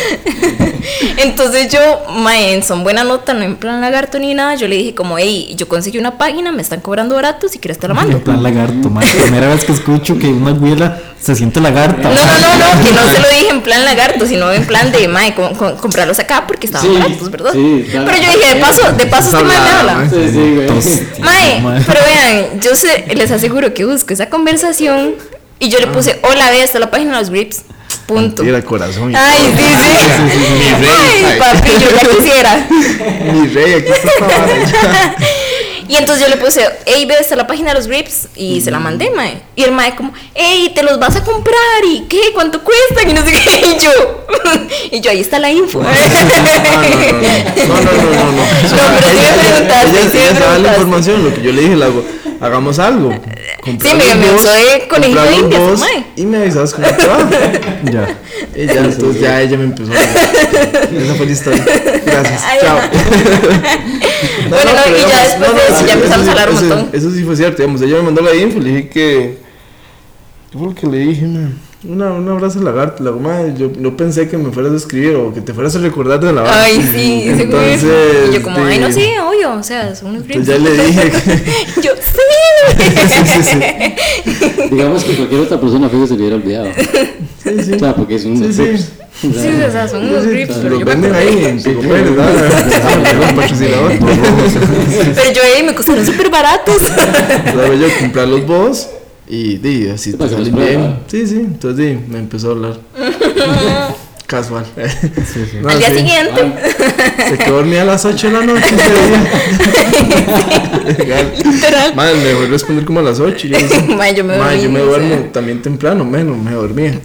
Speaker 4: Entonces yo, mae, en son buena nota, no en plan lagarto ni nada, yo le dije como, hey, yo conseguí una página, me están cobrando barato, si quieres te la mando.
Speaker 3: En plan lagarto, ma. Primera vez que escucho que una abuela se siente lagarta.
Speaker 4: No,
Speaker 3: ma.
Speaker 4: no, no, no, que no se lo dije en plan lagarto, sino en plan de, mae, com- com- comprarlos acá porque estaban
Speaker 2: Sí,
Speaker 4: baratos, ¿verdad?
Speaker 2: sí, claro.
Speaker 4: Pero yo dije, de paso, de paso este
Speaker 5: Está
Speaker 4: mae me
Speaker 5: hablada,
Speaker 4: habla.
Speaker 5: mae.
Speaker 2: Sí, sí, güey.
Speaker 3: Tostín,
Speaker 4: Mae,
Speaker 3: ma.
Speaker 4: pero vean, yo sé, les aseguro que busco esa conversación y
Speaker 2: Ah.
Speaker 4: yo le puse, hola, ve hasta la página de los grips, punto.
Speaker 5: Mentira, corazón.
Speaker 4: Ay, sí, sí.
Speaker 5: Mi rey,
Speaker 4: Ay,
Speaker 5: ay.
Speaker 4: papi, yo la quisiera.
Speaker 5: Mi rey, aquí está esta vara.
Speaker 4: Y entonces yo le puse, hey, ve hasta la página de los grips y se la mandé, mae. Y el mae como, hey, te los vas a comprar y qué, cuánto cuestan y no sé qué. Y yo, y yo, ahí está la info. No,
Speaker 5: No, no, no, no, no, no.
Speaker 4: pero sí me preguntaste,
Speaker 5: Ella
Speaker 4: sí me
Speaker 5: ella sabe la
Speaker 4: preguntaste.
Speaker 5: información, lo que yo le dije, le hago, hagamos algo. Comprar
Speaker 4: Sí, me-
Speaker 5: un
Speaker 4: me
Speaker 5: bus,
Speaker 4: usó de conejito
Speaker 5: comprar
Speaker 4: de
Speaker 5: un
Speaker 4: indias,
Speaker 5: bus
Speaker 4: mae.
Speaker 5: Y me avisabas cómo te va.
Speaker 3: Ya.
Speaker 5: Y ya, entonces ya ella me empezó a Esa fue la historia. Gracias,
Speaker 4: Ay,
Speaker 5: chao.
Speaker 4: no. Bueno, no,
Speaker 5: pero
Speaker 4: y ya
Speaker 5: digamos,
Speaker 4: después de eso ya empezamos a hablar un
Speaker 5: eso-
Speaker 4: montón.
Speaker 5: Eso sí fue cierto, digamos, ella me mandó la info, le dije que... ¿Qué fue lo que le dije, man? Una, un abrazo al lagarto, la mamá, yo no pensé que me fueras a escribir o que te fueras a recordar de la vara.
Speaker 4: Ay, sí, seguro.
Speaker 5: Ah, Entonces,
Speaker 4: Y yo como,
Speaker 5: de-
Speaker 4: ay, no, sí, obvio, o sea, son unos grips.
Speaker 5: Entonces ya le dije que...
Speaker 4: Yo, sí.
Speaker 5: sí, sí,
Speaker 2: Digamos que cualquier otra persona fue que se le hubiera olvidado.
Speaker 5: sí, sí,
Speaker 2: O sea, porque es un.
Speaker 5: sí, sí.
Speaker 2: O sea,
Speaker 4: Sí, o sea, son unos grips,
Speaker 5: Pues Sí,
Speaker 4: Mm, pero
Speaker 5: Los
Speaker 4: yo me
Speaker 5: venden
Speaker 4: acordé.
Speaker 5: ahí en Pico Pérez, ¿verdad? patrocinador.
Speaker 4: Pero yo, ahí me costaron súper baratos.
Speaker 5: Estaba yo a comprar los vos y di, así te
Speaker 2: Para que
Speaker 5: salen
Speaker 2: los
Speaker 5: bien.
Speaker 2: prueba.
Speaker 5: pues, Sí, sí, entonces di, me empezó a hablar. Casual. No,
Speaker 4: Al día
Speaker 5: sí, Ah,
Speaker 4: siguiente,
Speaker 5: Se quedó dormida a las 8 de la noche. ese día. Legal.
Speaker 4: literal.
Speaker 5: Madre, me dejó responder como a las 8. Yo dije,
Speaker 4: Mae, yo me
Speaker 5: "Madre, yo me
Speaker 4: dormí, o sea.
Speaker 5: duermo también temprano, menos, me dormía.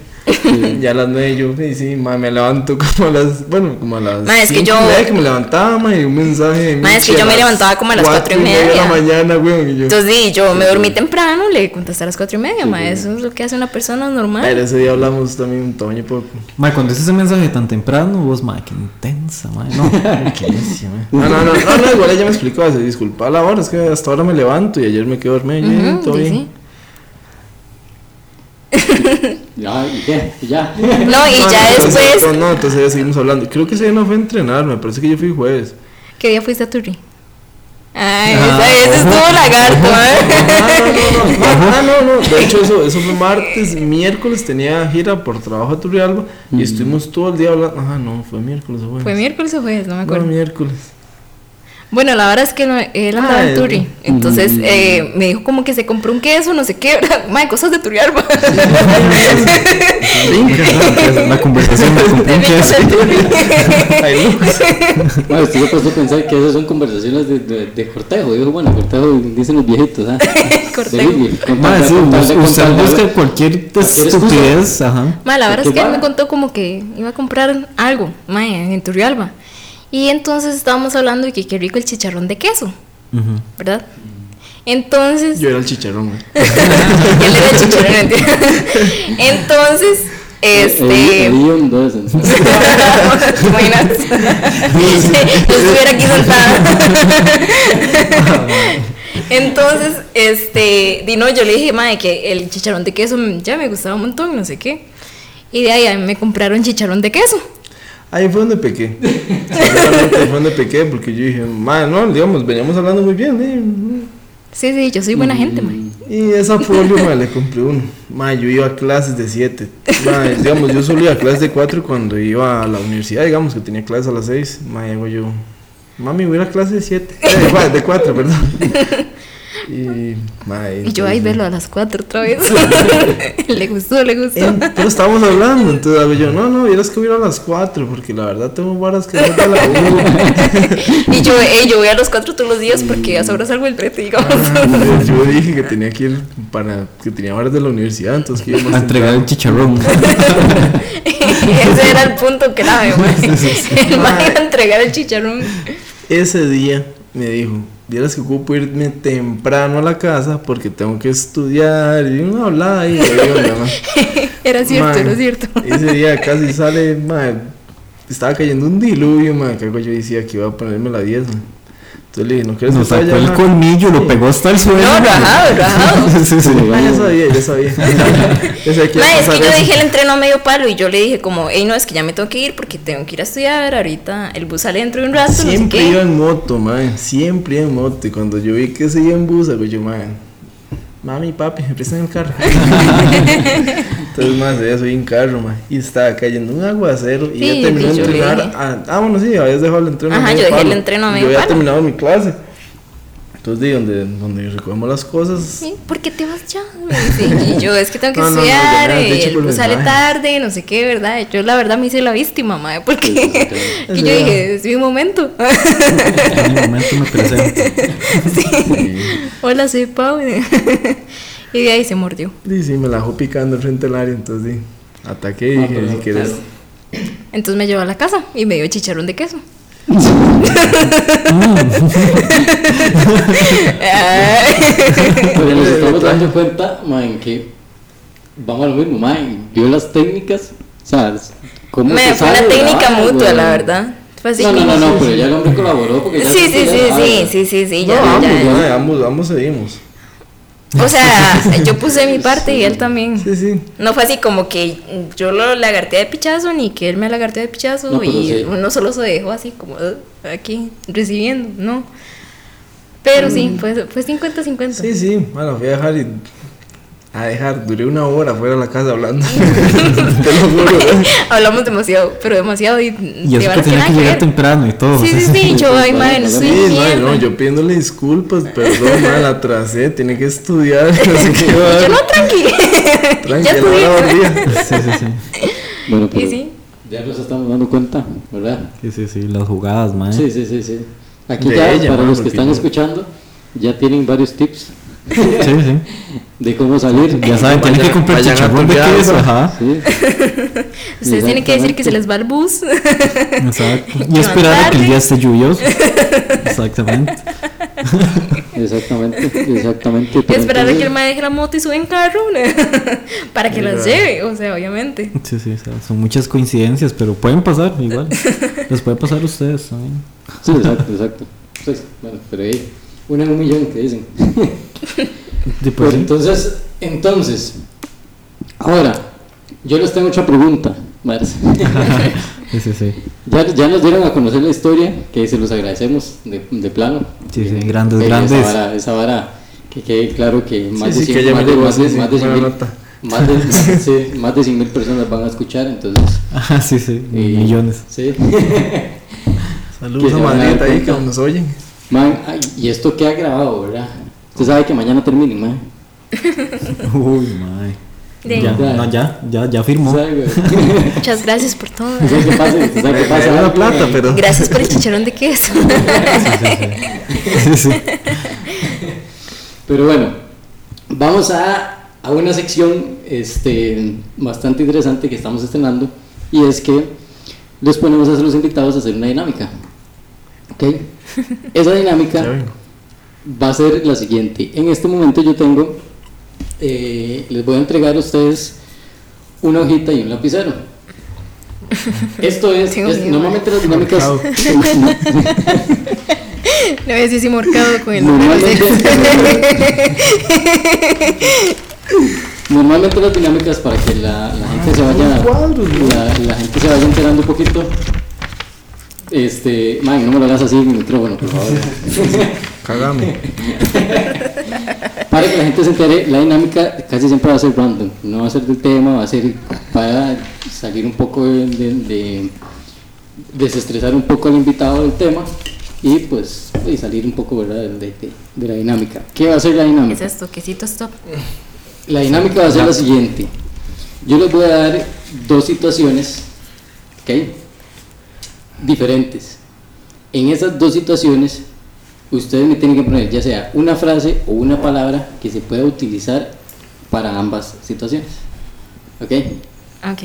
Speaker 5: Ya a las 9 yo, sí, sí, madre, me levanto como a las, bueno, como a las.
Speaker 4: Madre, es que
Speaker 5: cinco y
Speaker 4: yo-
Speaker 5: media que me levantaba, madre, y un mensaje. de
Speaker 4: Madre, es que
Speaker 5: Michi
Speaker 4: yo
Speaker 5: a
Speaker 4: me
Speaker 5: las
Speaker 4: levantaba como a las
Speaker 5: cuatro
Speaker 4: cuatro y
Speaker 5: de
Speaker 4: media.
Speaker 5: la mañana, weón. Y yo,
Speaker 4: Entonces, sí, yo me dormí temprano, le contesté a las cuatro y media, ma, eso es lo que hace una persona
Speaker 5: Madre,
Speaker 4: normal.
Speaker 5: ese día hablamos también un tamaño poco.
Speaker 3: Ma, cuando hice ese mensaje tan temprano, vos, ma, qué intensa, ma. No, qué necia, ma.
Speaker 5: No, no, no, no, no, igual ella me explicó, "Ah, así, disculpa la hora, es que hasta ahora me levanto y ayer me quedo dormida, y yo,
Speaker 4: Ujú,
Speaker 5: todo
Speaker 4: sí,
Speaker 5: bien.
Speaker 4: sí.
Speaker 2: Ya, y ya, y ya.
Speaker 4: No, y
Speaker 5: No,
Speaker 4: ya
Speaker 5: no, Ah, entonces,
Speaker 4: después,
Speaker 5: No, no, entonces ya seguimos hablando. Creo que ese día no fue a entrenar, me parece que yo fui jueves.
Speaker 4: ¿qué día fuiste a Turri? Ay,
Speaker 3: Ah,
Speaker 4: esa- ese estuvo lagarto, ¿eh?
Speaker 5: Ah, No, no, no, no, De hecho, eso, eso fue martes, miércoles tenía gira por trabajo a Turrialba y estuvimos todo el día hablando. Ajá, no, fue miércoles o jueves.
Speaker 4: ¿Fue miércoles o jueves? No me
Speaker 5: Fue
Speaker 4: acuerdo.
Speaker 5: miércoles.
Speaker 4: Bueno, la verdad es que no- él andaba
Speaker 5: Ah,
Speaker 4: en Turi. Entonces eh, me dijo como que se compró un queso, no sé qué. Mae, cosas de Turialba.
Speaker 3: La conversación me compré un queso.
Speaker 5: Ay, no.
Speaker 2: Bueno, estoy puesto a pensar que esas son conversaciones de, de, de cortejo. Digo, bueno, cortejo dicen los viejitos, ¿ah?
Speaker 4: Cortejo. Ah,
Speaker 3: Ma, sí,
Speaker 2: Contarle,
Speaker 3: usted
Speaker 2: contarle,
Speaker 3: busca cualquier
Speaker 2: excusa.
Speaker 3: estupidez, ajá.
Speaker 4: Mae, la verdad es que él me
Speaker 2: Vale.
Speaker 4: contó como que iba a comprar algo, mae, en Turrialba. Y entonces estábamos hablando de que qué rico el chicharrón de queso,
Speaker 3: Ujú.
Speaker 4: ¿verdad? Entonces,
Speaker 5: Yo era el chicharrón, güey.
Speaker 4: y él era el chicharrón, mentira. Entonces,
Speaker 2: Este.
Speaker 4: este...
Speaker 2: El guión dos.
Speaker 4: ¿Te imaginas? Yo estuviera aquí sentada. Entonces, este, Dino, yo le dije, madre, que el chicharrón de queso mm, ya me gustaba un montón, no sé qué. Y de ahí a mí me compraron chicharrón de queso.
Speaker 5: Ahí fue donde pequé. Realmente ahí fue donde pequé porque yo dije, madre, no, digamos, veníamos hablando muy bien. ¿eh?
Speaker 4: Sí, sí, yo soy buena gente, madre.
Speaker 5: Y esa folio, madre, le compré uno. Madre, yo iba a clases de 7. digamos, yo solo iba a clases de 4 cuando iba a la universidad, digamos, que tenía clases a las 6. Madre, hago yo, mami, voy a ir a clases de 7. Eh, de 4, perdón. Y, madre,
Speaker 4: Y yo ahí
Speaker 5: entonces-
Speaker 4: verlo a las cuatro otra vez. le gustó, le gustó.
Speaker 5: Eh, Pero estábamos hablando, entonces hago yo, no, no, vieras que voy a ir a las 4, porque la verdad tengo varas que no te la
Speaker 4: Y yo, eh, yo voy a los cuatro todos los días porque a sobras salgo el brete, digamos.
Speaker 5: Ah, yo dije que tenía que ir para que tenía horas de la universidad, entonces que iba
Speaker 3: A
Speaker 5: más
Speaker 3: entregar el
Speaker 5: temprano.
Speaker 3: chicharrón.
Speaker 4: Ese era el punto clave, mae. El mae iba
Speaker 5: Mae.
Speaker 4: a entregar el chicharrón.
Speaker 5: Ese día me dijo, vieras que ocupo irme temprano a la casa porque tengo que estudiar y una hablada ahí. y yo, "Mamá".
Speaker 4: Era cierto,
Speaker 5: Mae,
Speaker 4: era cierto.
Speaker 5: Ese día casi sale, madre, estaba cayendo un diluvio, madre, que algo yo decía que iba a ponerme la 10. mae. Entonces le dije, no quieres
Speaker 3: Nos
Speaker 5: que te
Speaker 3: sacó
Speaker 5: vaya,
Speaker 3: el
Speaker 5: mae?"
Speaker 3: colmillo, lo pegó hasta el suelo.
Speaker 4: No, rajado, rajado.
Speaker 3: Sí, sí, sí.
Speaker 5: Ah, yo sabía, yo sabía. yo sabía que iba a
Speaker 4: Mae, es que
Speaker 5: pasar
Speaker 4: yo
Speaker 5: eso.
Speaker 4: dejé el entreno a medio palo y yo le dije como, hey, no, es que ya me tengo que ir porque tengo que ir a estudiar, ahorita el bus sale dentro de un rato, no sé
Speaker 5: Siempre iba
Speaker 4: qué.
Speaker 5: en moto, mae. Siempre iba en moto. Y cuando yo vi que se iba en bus, hago yo, mae. Mami, papi, me prestan el carro. Entonces, mae, se veía subir en carro, mae. Y estaba cayendo un aguacero. Y
Speaker 4: Sí,
Speaker 5: ya terminé de
Speaker 4: sí, yo le
Speaker 5: entrenar.
Speaker 4: dije.
Speaker 5: a- ah, bueno, sí, habías dejado el entreno. a
Speaker 4: Ajá,
Speaker 5: medio
Speaker 4: yo dejé el
Speaker 5: palo.
Speaker 4: entreno a medio
Speaker 5: Yo había
Speaker 4: palo.
Speaker 5: terminado mi clase. Entonces, di, donde, donde recogemos las cosas.
Speaker 4: Sí, ¿Por qué te vas ya? Me dice. Y yo, es que tengo que
Speaker 5: No, no, no, de
Speaker 4: estudiar,
Speaker 5: nada, de
Speaker 4: eh,
Speaker 5: hecho,
Speaker 4: el
Speaker 5: por
Speaker 4: bus sale
Speaker 5: mensaje.
Speaker 4: tarde, no sé qué, ¿verdad? Yo la verdad me hice la víctima, mae, porque
Speaker 5: claro.
Speaker 4: y yo dije, es mi momento.
Speaker 3: En el momento me presento.
Speaker 4: Hola, soy Pau. y de ahí se mordió.
Speaker 5: Y sí, me la dejó picando al frente del área. Entonces, di, ataqué y
Speaker 2: Ah,
Speaker 5: dije,
Speaker 2: pero
Speaker 5: si
Speaker 2: no,
Speaker 4: pues,
Speaker 5: quieres.
Speaker 2: claro.
Speaker 4: Entonces me llevó a la casa y me dio chicharrón de queso. Ay.
Speaker 2: Pero nos estamos dando cuenta, man, que vamos a lo mismo, man, vio las técnicas, o sea, cómo
Speaker 4: Me-
Speaker 2: se
Speaker 4: fue una
Speaker 2: sabe,
Speaker 4: técnica
Speaker 2: ¿verdad?
Speaker 4: mutua,
Speaker 2: Bueno,
Speaker 4: la verdad. Fue así
Speaker 2: No, no,
Speaker 4: como-
Speaker 2: no, no, pero ya el hombre colaboró porque ya
Speaker 4: Sí, sí,
Speaker 2: ya
Speaker 4: sí,
Speaker 2: sabe.
Speaker 4: sí, sí, sí, sí, ya,
Speaker 5: No, ambos,
Speaker 4: ya.
Speaker 5: mae, ambos, ambos seguimos.
Speaker 4: O sea, yo puse mi parte y él también.
Speaker 5: Sí, sí.
Speaker 4: No fue así como que yo lo lagarté de pichazo ni que él me lagarteó de pichazo
Speaker 2: No, pero
Speaker 4: y
Speaker 2: sí.
Speaker 4: uno solo se dejó así como "Ugh", aquí recibiendo, ¿no?
Speaker 2: Mm.
Speaker 4: Pero sí, fue fue 50-50.
Speaker 5: Sí, sí, bueno, fui a dejar y. A dejar, duré una hora fuera de la casa hablando.
Speaker 4: Hablamos demasiado, pero demasiado y,
Speaker 3: Y eso que tenía que llegar temprano y todo.
Speaker 4: Sí, sí, sí, yo, ay, madre, no soy
Speaker 5: Sí, no,
Speaker 4: mierda.
Speaker 5: no, yo pidiéndole disculpas, perdón, mal, atrasé, tiene que estudiar, así que
Speaker 4: Yo
Speaker 5: va.
Speaker 4: no, tranqui. ya
Speaker 5: Tranquila,
Speaker 4: estudié.
Speaker 5: ahora día.
Speaker 3: Sí, sí, sí.
Speaker 2: Bueno,
Speaker 4: Y
Speaker 2: pero
Speaker 4: sí,
Speaker 2: ya nos estamos dando cuenta, ¿verdad?
Speaker 3: Sí, sí, sí, las jugadas, mae.
Speaker 2: Sí, sí, sí, sí. Aquí
Speaker 5: De
Speaker 2: ya,
Speaker 5: ella,
Speaker 2: para
Speaker 5: man,
Speaker 2: los que
Speaker 5: porque
Speaker 2: están
Speaker 5: yo-
Speaker 2: escuchando, ya tienen varios tips
Speaker 3: sí, sí.
Speaker 2: de cómo salir.
Speaker 3: Ya saben, tienen que comprar
Speaker 5: vayan a
Speaker 3: chicharrón de
Speaker 5: tocar
Speaker 3: queso.
Speaker 5: eso.
Speaker 3: Ajá.
Speaker 2: Sí.
Speaker 4: ustedes tienen que decir que se
Speaker 2: Exactamente.
Speaker 4: les va el bus.
Speaker 3: Exacto. Y
Speaker 4: Levantarme.
Speaker 3: esperar a que el día esté lluvioso. Exactamente.
Speaker 2: Exactamente, exactamente.
Speaker 4: Y
Speaker 2: pero
Speaker 4: esperar a que el
Speaker 2: entonces-
Speaker 4: mae deje la moto y sube en carro para que las lleve, o sea, obviamente.
Speaker 3: Sí, sí, o sea, son muchas coincidencias, pero pueden pasar igual. Les puede pasar a ustedes también.
Speaker 2: Sí, exacto, exacto. Entonces, bueno, pero ahí, una en un millón que dicen.
Speaker 3: Sí,
Speaker 2: Pero
Speaker 3: pues, sí.
Speaker 2: entonces, entonces, ahora, yo les tengo otra pregunta, Mars.
Speaker 3: Sí, sí, sí.
Speaker 2: ya, ya nos dieron a conocer la historia, que se los agradecemos de, de plano.
Speaker 3: Sí, sí, grandes,
Speaker 2: Pero
Speaker 3: grandes.
Speaker 2: Esa vara, esa vara, que quede claro que más
Speaker 5: sí,
Speaker 2: de 100
Speaker 5: que ya me
Speaker 2: más de-
Speaker 5: llegó,
Speaker 2: más de-
Speaker 5: sí, sí,
Speaker 2: más de 100
Speaker 5: buena
Speaker 2: mil-
Speaker 5: nota.
Speaker 2: más de- más de- sí, más de 100 mil personas van a escuchar, entonces.
Speaker 3: Ajá, Ah, sí, sí.
Speaker 2: eh,
Speaker 3: Millones.
Speaker 2: Sí.
Speaker 5: Saludos
Speaker 2: se
Speaker 5: a
Speaker 2: van a dar
Speaker 5: Madrid ahí que
Speaker 2: cuenta.
Speaker 5: nos oyen.
Speaker 2: Man, ay, y esto queda grabado, ¿verdad? Usted sabe que mañana terminen, man.
Speaker 3: Uy, mae.
Speaker 4: De-
Speaker 3: Ya, no, ya, ya, ya firmó.
Speaker 2: ¿Sabe, güey?
Speaker 4: Muchas gracias por todo.
Speaker 2: Usted sabe que pasa, usted sabe que
Speaker 5: Me
Speaker 2: pasa.
Speaker 5: da la
Speaker 2: algo,
Speaker 5: plata,
Speaker 2: man.
Speaker 5: pero.
Speaker 4: Gracias por el chicharrón de queso.
Speaker 3: Sí, sí.
Speaker 2: Pero bueno, vamos a, a una sección este, bastante interesante que estamos estrenando y es que les ponemos a los invitados a hacer una dinámica. ¿Ok? Esa
Speaker 5: Ya
Speaker 2: dinámica
Speaker 5: vengo.
Speaker 2: va a ser la siguiente. En este momento yo tengo, eh, les voy a entregar a ustedes una hojita y un lapicero. Esto es,
Speaker 4: Tengo
Speaker 2: es-
Speaker 4: miedo.
Speaker 2: normalmente las dinámicas...
Speaker 4: No es ese morcado con el
Speaker 2: Normalmente- Normalmente las dinámicas para que la, la gente se vaya la, la gente se vaya enterando un poquito. Este, man, no me lo hagas así en el micrófono, por favor.
Speaker 5: Cagame.
Speaker 2: Para que la gente se entere, la dinámica casi siempre va a ser random, no va a ser del tema, va a ser para salir un poco de, de- de- desestresar un poco al invitado del tema y pues y salir un poco ¿verdad? De, de- de la dinámica. ¿Qué va a ser la dinámica?
Speaker 4: Es esto, quesito stop.
Speaker 2: La dinámica va a ser la siguiente. Yo les voy a dar dos situaciones, ¿ok? Diferentes. En esas dos situaciones, ustedes me tienen que poner ya sea una frase o una palabra que se pueda utilizar para ambas situaciones, ¿ok?
Speaker 4: Ok.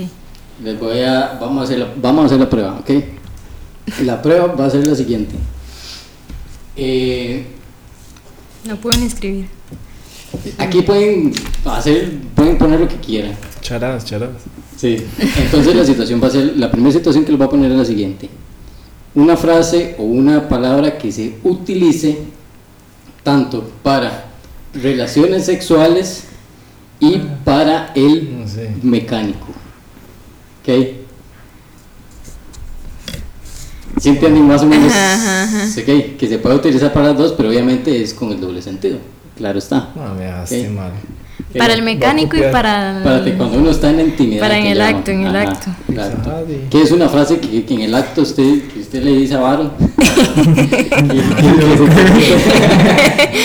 Speaker 2: Les voy a, vamos a hacer la, vamos a hacer la prueba, ¿ok? La prueba va a ser la siguiente. Eh,
Speaker 4: No pueden escribir.
Speaker 2: aquí pueden hacer, pueden poner lo que quieran.
Speaker 5: Charadas, charadas.
Speaker 2: Sí. Entonces la situación va a ser, la primera situación que les voy a poner es la siguiente. Una frase o una palabra que se utilice tanto para relaciones sexuales y para el
Speaker 5: Ah. No sé.
Speaker 2: mecánico. ¿Ok? ¿Sí entienden más o menos?
Speaker 4: Ajá, ajá, ajá.
Speaker 2: ok, Que se puede utilizar para las dos, pero obviamente es con el doble sentido. Claro está.
Speaker 5: No me hagas
Speaker 2: Ok.
Speaker 5: mal.
Speaker 2: Ok.
Speaker 4: Para el mecánico y
Speaker 5: copiar.
Speaker 4: para el...
Speaker 2: Para que cuando uno está en la intimidad.
Speaker 4: Para en
Speaker 2: que
Speaker 4: el
Speaker 2: llaman.
Speaker 4: acto, en el acto.
Speaker 2: exacto.
Speaker 5: Nadie.
Speaker 2: Que es una frase que, que en el acto usted, que usted le dice a Varo. Que-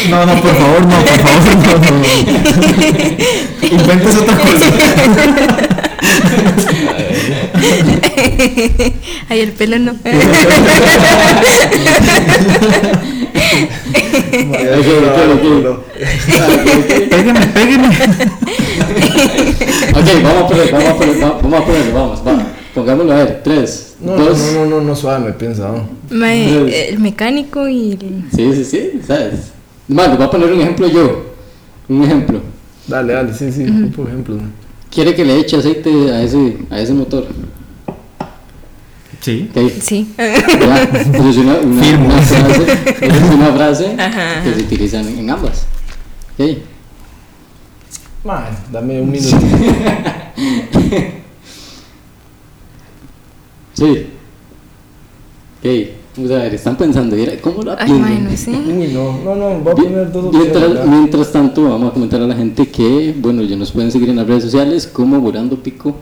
Speaker 3: No, no, por favor, no, por favor, no, no, no. Inventes otra cosa.
Speaker 4: Ay, el pelo no.
Speaker 5: Madre,
Speaker 2: Ok, ok,
Speaker 5: no,
Speaker 2: ok.
Speaker 5: no, no.
Speaker 3: Pégueme, pégueme.
Speaker 2: ok, vamos a poner, vamos a poner, va- vamos a ponerlo, vamos, vamos. Pongámoslo a ver, tres,
Speaker 5: No, no,
Speaker 2: dos.
Speaker 5: no, no, no, suave, me he pensado.
Speaker 4: Mae, el mecánico y el...
Speaker 2: Sí, sí, sí, ¿sabes? Más, les voy a poner un ejemplo yo. Un ejemplo.
Speaker 5: Dale, dale, sí, sí, tú, por ejemplo.
Speaker 2: Quiere que le eche aceite a ese, a ese motor.
Speaker 3: Sí.
Speaker 2: Ok.
Speaker 4: Sí.
Speaker 2: Ya, eso es una, una-
Speaker 3: Firmo.
Speaker 2: una frase, eso es una frase
Speaker 4: Ajá, ajá.
Speaker 2: que se utiliza en, en ambas. Ok.
Speaker 5: Man, dame un minuto.
Speaker 2: Sí. Ok, vamos a ver, están pensando, mira, ¿cómo lo
Speaker 4: Ay, mae, no
Speaker 2: aprenden?
Speaker 4: sé.
Speaker 5: Uy, no, no, no, voy a poner dos opciones.
Speaker 2: Mientras,
Speaker 5: ¿verdad?
Speaker 2: mientras tanto, vamos a comentar a la gente que, bueno, ya nos pueden seguir en las redes sociales como Volando Pico.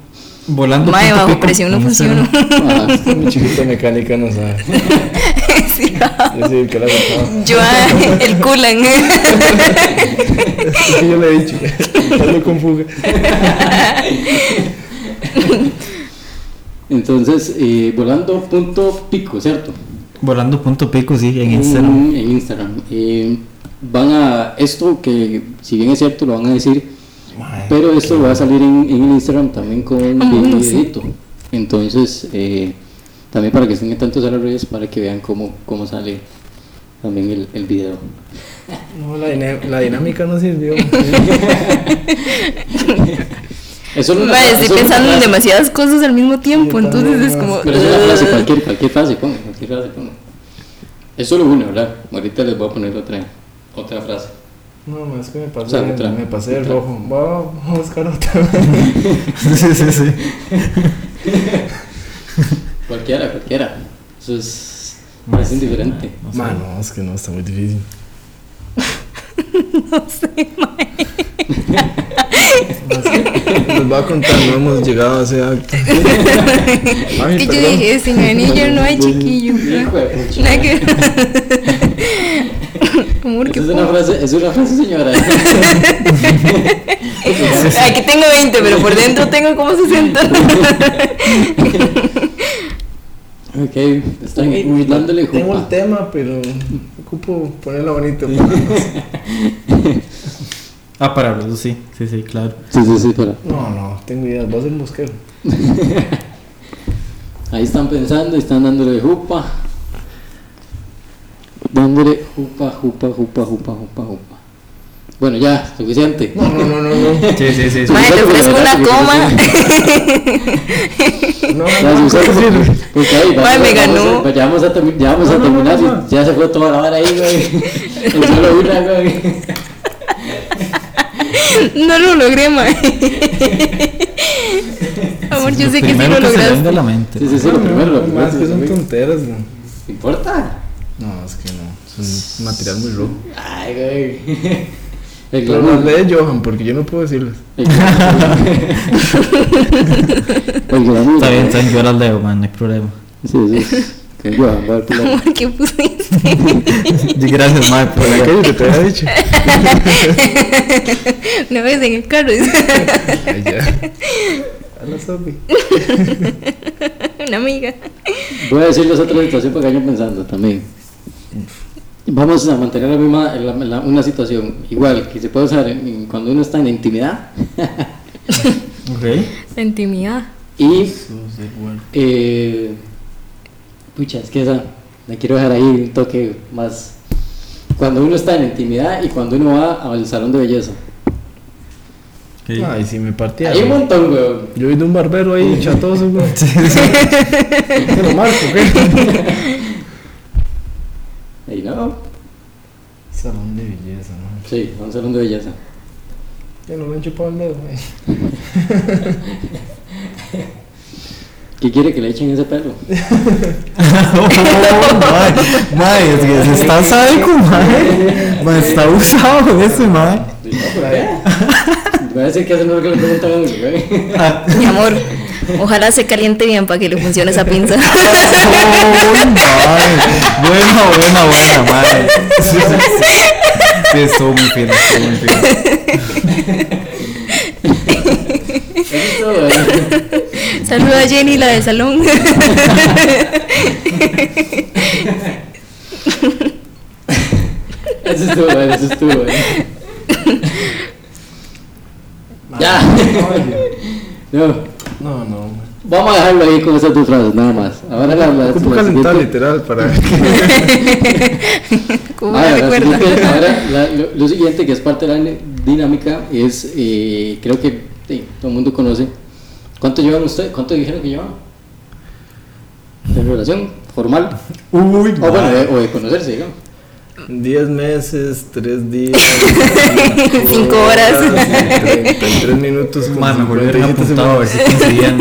Speaker 3: Volando.
Speaker 4: Mae,
Speaker 3: punto
Speaker 4: bajo
Speaker 3: pico.
Speaker 4: presión no
Speaker 3: En Instagram.
Speaker 4: funciona.
Speaker 2: Ah,
Speaker 5: Mi chiquita mecánica no sabe.
Speaker 4: Sí.
Speaker 5: Yo soy el que la sacaba.
Speaker 4: Yo, ah, el culan.
Speaker 5: Es que yo le he dicho. Hazlo con fuga.
Speaker 2: entonces, eh, Volando punto pico, ¿cierto?
Speaker 3: Volando punto pico, sí, en Instagram.
Speaker 2: Mm, En Instagram. Eh, van a, esto que si bien es cierto, lo van a decir
Speaker 5: Man,
Speaker 2: Pero esto va a salir en, en el Instagram también con un
Speaker 4: Ah, bueno, sí.
Speaker 2: videito. Entonces, eh, también para que estén atentos a las redes, para que vean cómo, cómo sale también el, el video.
Speaker 5: no, la, dina- la dinámica no sirvió.
Speaker 2: Eso no
Speaker 4: Mae, estoy pensando en demasiadas cosas al mismo tiempo,
Speaker 5: Sí,
Speaker 4: entonces
Speaker 5: también,
Speaker 4: es
Speaker 5: no.
Speaker 4: como...
Speaker 2: Pero es una frase, cualquier, cualquier frase, pongo, cualquier frase, pongo. Es solo una, ¿verdad? Ahorita les voy a poner otra, otra frase.
Speaker 5: No, man, es que me
Speaker 2: O
Speaker 5: pasé,
Speaker 2: sea, otra.
Speaker 5: me pasé el
Speaker 2: Otra.
Speaker 5: rojo. Voy a- voy a buscar otra.
Speaker 3: Sí, sí, sí.
Speaker 2: Cualquiera, cualquiera. Eso es, es indiferente.
Speaker 3: No sé.
Speaker 5: Man, no, es que no, está muy difícil.
Speaker 4: No sé, mae.
Speaker 5: Les voy a contar, no hemos llegado a ese acto. Mami,
Speaker 4: Que yo
Speaker 5: perdón.
Speaker 4: dije, sin anillo no hay chiquillo.
Speaker 2: Hijo de pucha.
Speaker 4: Nada que- Amor,
Speaker 2: Esa
Speaker 4: qué
Speaker 2: Es una
Speaker 4: poco.
Speaker 2: frase, es una frase, señora.
Speaker 4: Aquí tengo 20, pero por dentro tengo como 60.
Speaker 2: Ok, están ahí dándole
Speaker 5: Tengo el
Speaker 2: jupa.
Speaker 5: tema, pero ocupo ponerlo bonito.
Speaker 3: Ah, para hablarlo, sí. Sí, sí, claro.
Speaker 2: Sí, sí, sí, para.
Speaker 5: No, no, tengo idea. Voy a hacer un bosqueo.
Speaker 2: Ahí están pensando, están dándole jupa. Dándole jupa, jupa, jupa, jupa, jupa, jupa. Bueno, ya, suficiente.
Speaker 6: No, no, no, no. no.
Speaker 5: Sí, sí, sí. sí.
Speaker 4: Madre, te ofrezco una coma.
Speaker 5: No,
Speaker 2: Ya,
Speaker 5: no,
Speaker 2: si usted-
Speaker 5: no.
Speaker 2: porque ahí va-
Speaker 4: Ay, me
Speaker 2: vamos a- pues
Speaker 4: ganó.
Speaker 2: Ya vamos a, termi- ya vamos a
Speaker 5: No, no,
Speaker 2: terminar.
Speaker 5: no, no.
Speaker 2: Ya se fue toda la hora ahí, güey. En solo una, güey.
Speaker 4: No lo logré, mae. Amor, yo sé que sí lo
Speaker 3: primero se le venga a
Speaker 4: lograste.
Speaker 3: la mente.
Speaker 2: Sí, sí, sí, lo primero, lo primero.
Speaker 5: Más que son
Speaker 2: güey.
Speaker 5: tonteras. güey.
Speaker 2: ¿Te importa?
Speaker 5: No, es que no. Es un material muy loco.
Speaker 2: Ay, güey. El
Speaker 5: Pero
Speaker 2: glamour.
Speaker 5: las de Johan, porque yo no puedo decirles.
Speaker 2: El glamour. El glamour,
Speaker 3: Está
Speaker 2: güey.
Speaker 3: bien, está bien, yo las leo, man, no hay problema.
Speaker 2: Sí, sí. Que yo, va a hablar.
Speaker 4: Amor, ¿qué pusiste?
Speaker 3: Y gracias, madre, por
Speaker 5: Por
Speaker 3: la
Speaker 5: aquello que te había dicho.
Speaker 4: No ves en el carro.
Speaker 5: Ay, ya. A la Sophie.
Speaker 4: Una amiga.
Speaker 2: Voy a decirles otra situación para que vayan pensando también. Vamos a mantener la misma, la- la- una situación igual que se puede usar en- en- cuando uno está en la intimidad
Speaker 3: Ok.
Speaker 4: La intimidad.
Speaker 2: y
Speaker 5: Jesús, del bueno.
Speaker 2: Eh, pucha, es que esa la quiero dejar ahí un toque más. Cuando uno está en la intimidad y cuando uno va al salón de belleza.
Speaker 5: Ay, si me partía.
Speaker 2: Hay un
Speaker 5: güey.
Speaker 2: montón, weón.
Speaker 5: Yo vi de un barbero ahí, chatoso, güey. Te lo marco, ¿qué?
Speaker 2: Ahí no.
Speaker 5: Salón de belleza, ¿no?
Speaker 2: Sí, a un salón de belleza.
Speaker 5: Que no me han chupado el dedo, güey.
Speaker 2: ¿Qué quiere que le echen ese pelo?
Speaker 3: Madre, madre, es que se está sádico, madre. Madre, está abusado ese, madre.
Speaker 2: Sí, no, por ahí. Voy a decir que hace no que le preguntan a uno, güey.
Speaker 3: Ah,
Speaker 4: Mi amor, ojalá se caliente bien para que le funcione esa pinza.
Speaker 3: uy, madre. Buena, buena, buena, madre. Sí, sí, sí. Sí, estuvo muy fino, estuvo muy fino.
Speaker 2: Eso es todo, güey.
Speaker 4: Saluda a Jenny, la del salón.
Speaker 2: Eso es todo, güey. Eso es todo, güey. Ya. No.
Speaker 5: No, no, güey.
Speaker 2: Vamos a dejarlo ahí con esas dos frases, nada más. Ahora la, la,
Speaker 5: Ocupo
Speaker 2: la
Speaker 5: calentar
Speaker 2: siguiente-
Speaker 5: literal para.
Speaker 4: ¿Cómo
Speaker 2: Ahora,
Speaker 4: me
Speaker 2: la
Speaker 4: recuerda?
Speaker 2: siguiente- ahora, la- lo, lo siguiente que es parte de la ni- dinámica es, eh, creo que sí, todo el mundo conoce. ¿Cuánto llevan ustedes? ¿Cuánto dijeron que llevan? De relación formal.
Speaker 3: Uy,
Speaker 2: O bueno, de, o de conocerse, digamos.
Speaker 5: 10 meses, 3 días.
Speaker 4: Cinco horas.
Speaker 5: y 33 minutos. con
Speaker 3: madre, mejor hubiera
Speaker 5: 57
Speaker 3: apuntado a ver si conseguían.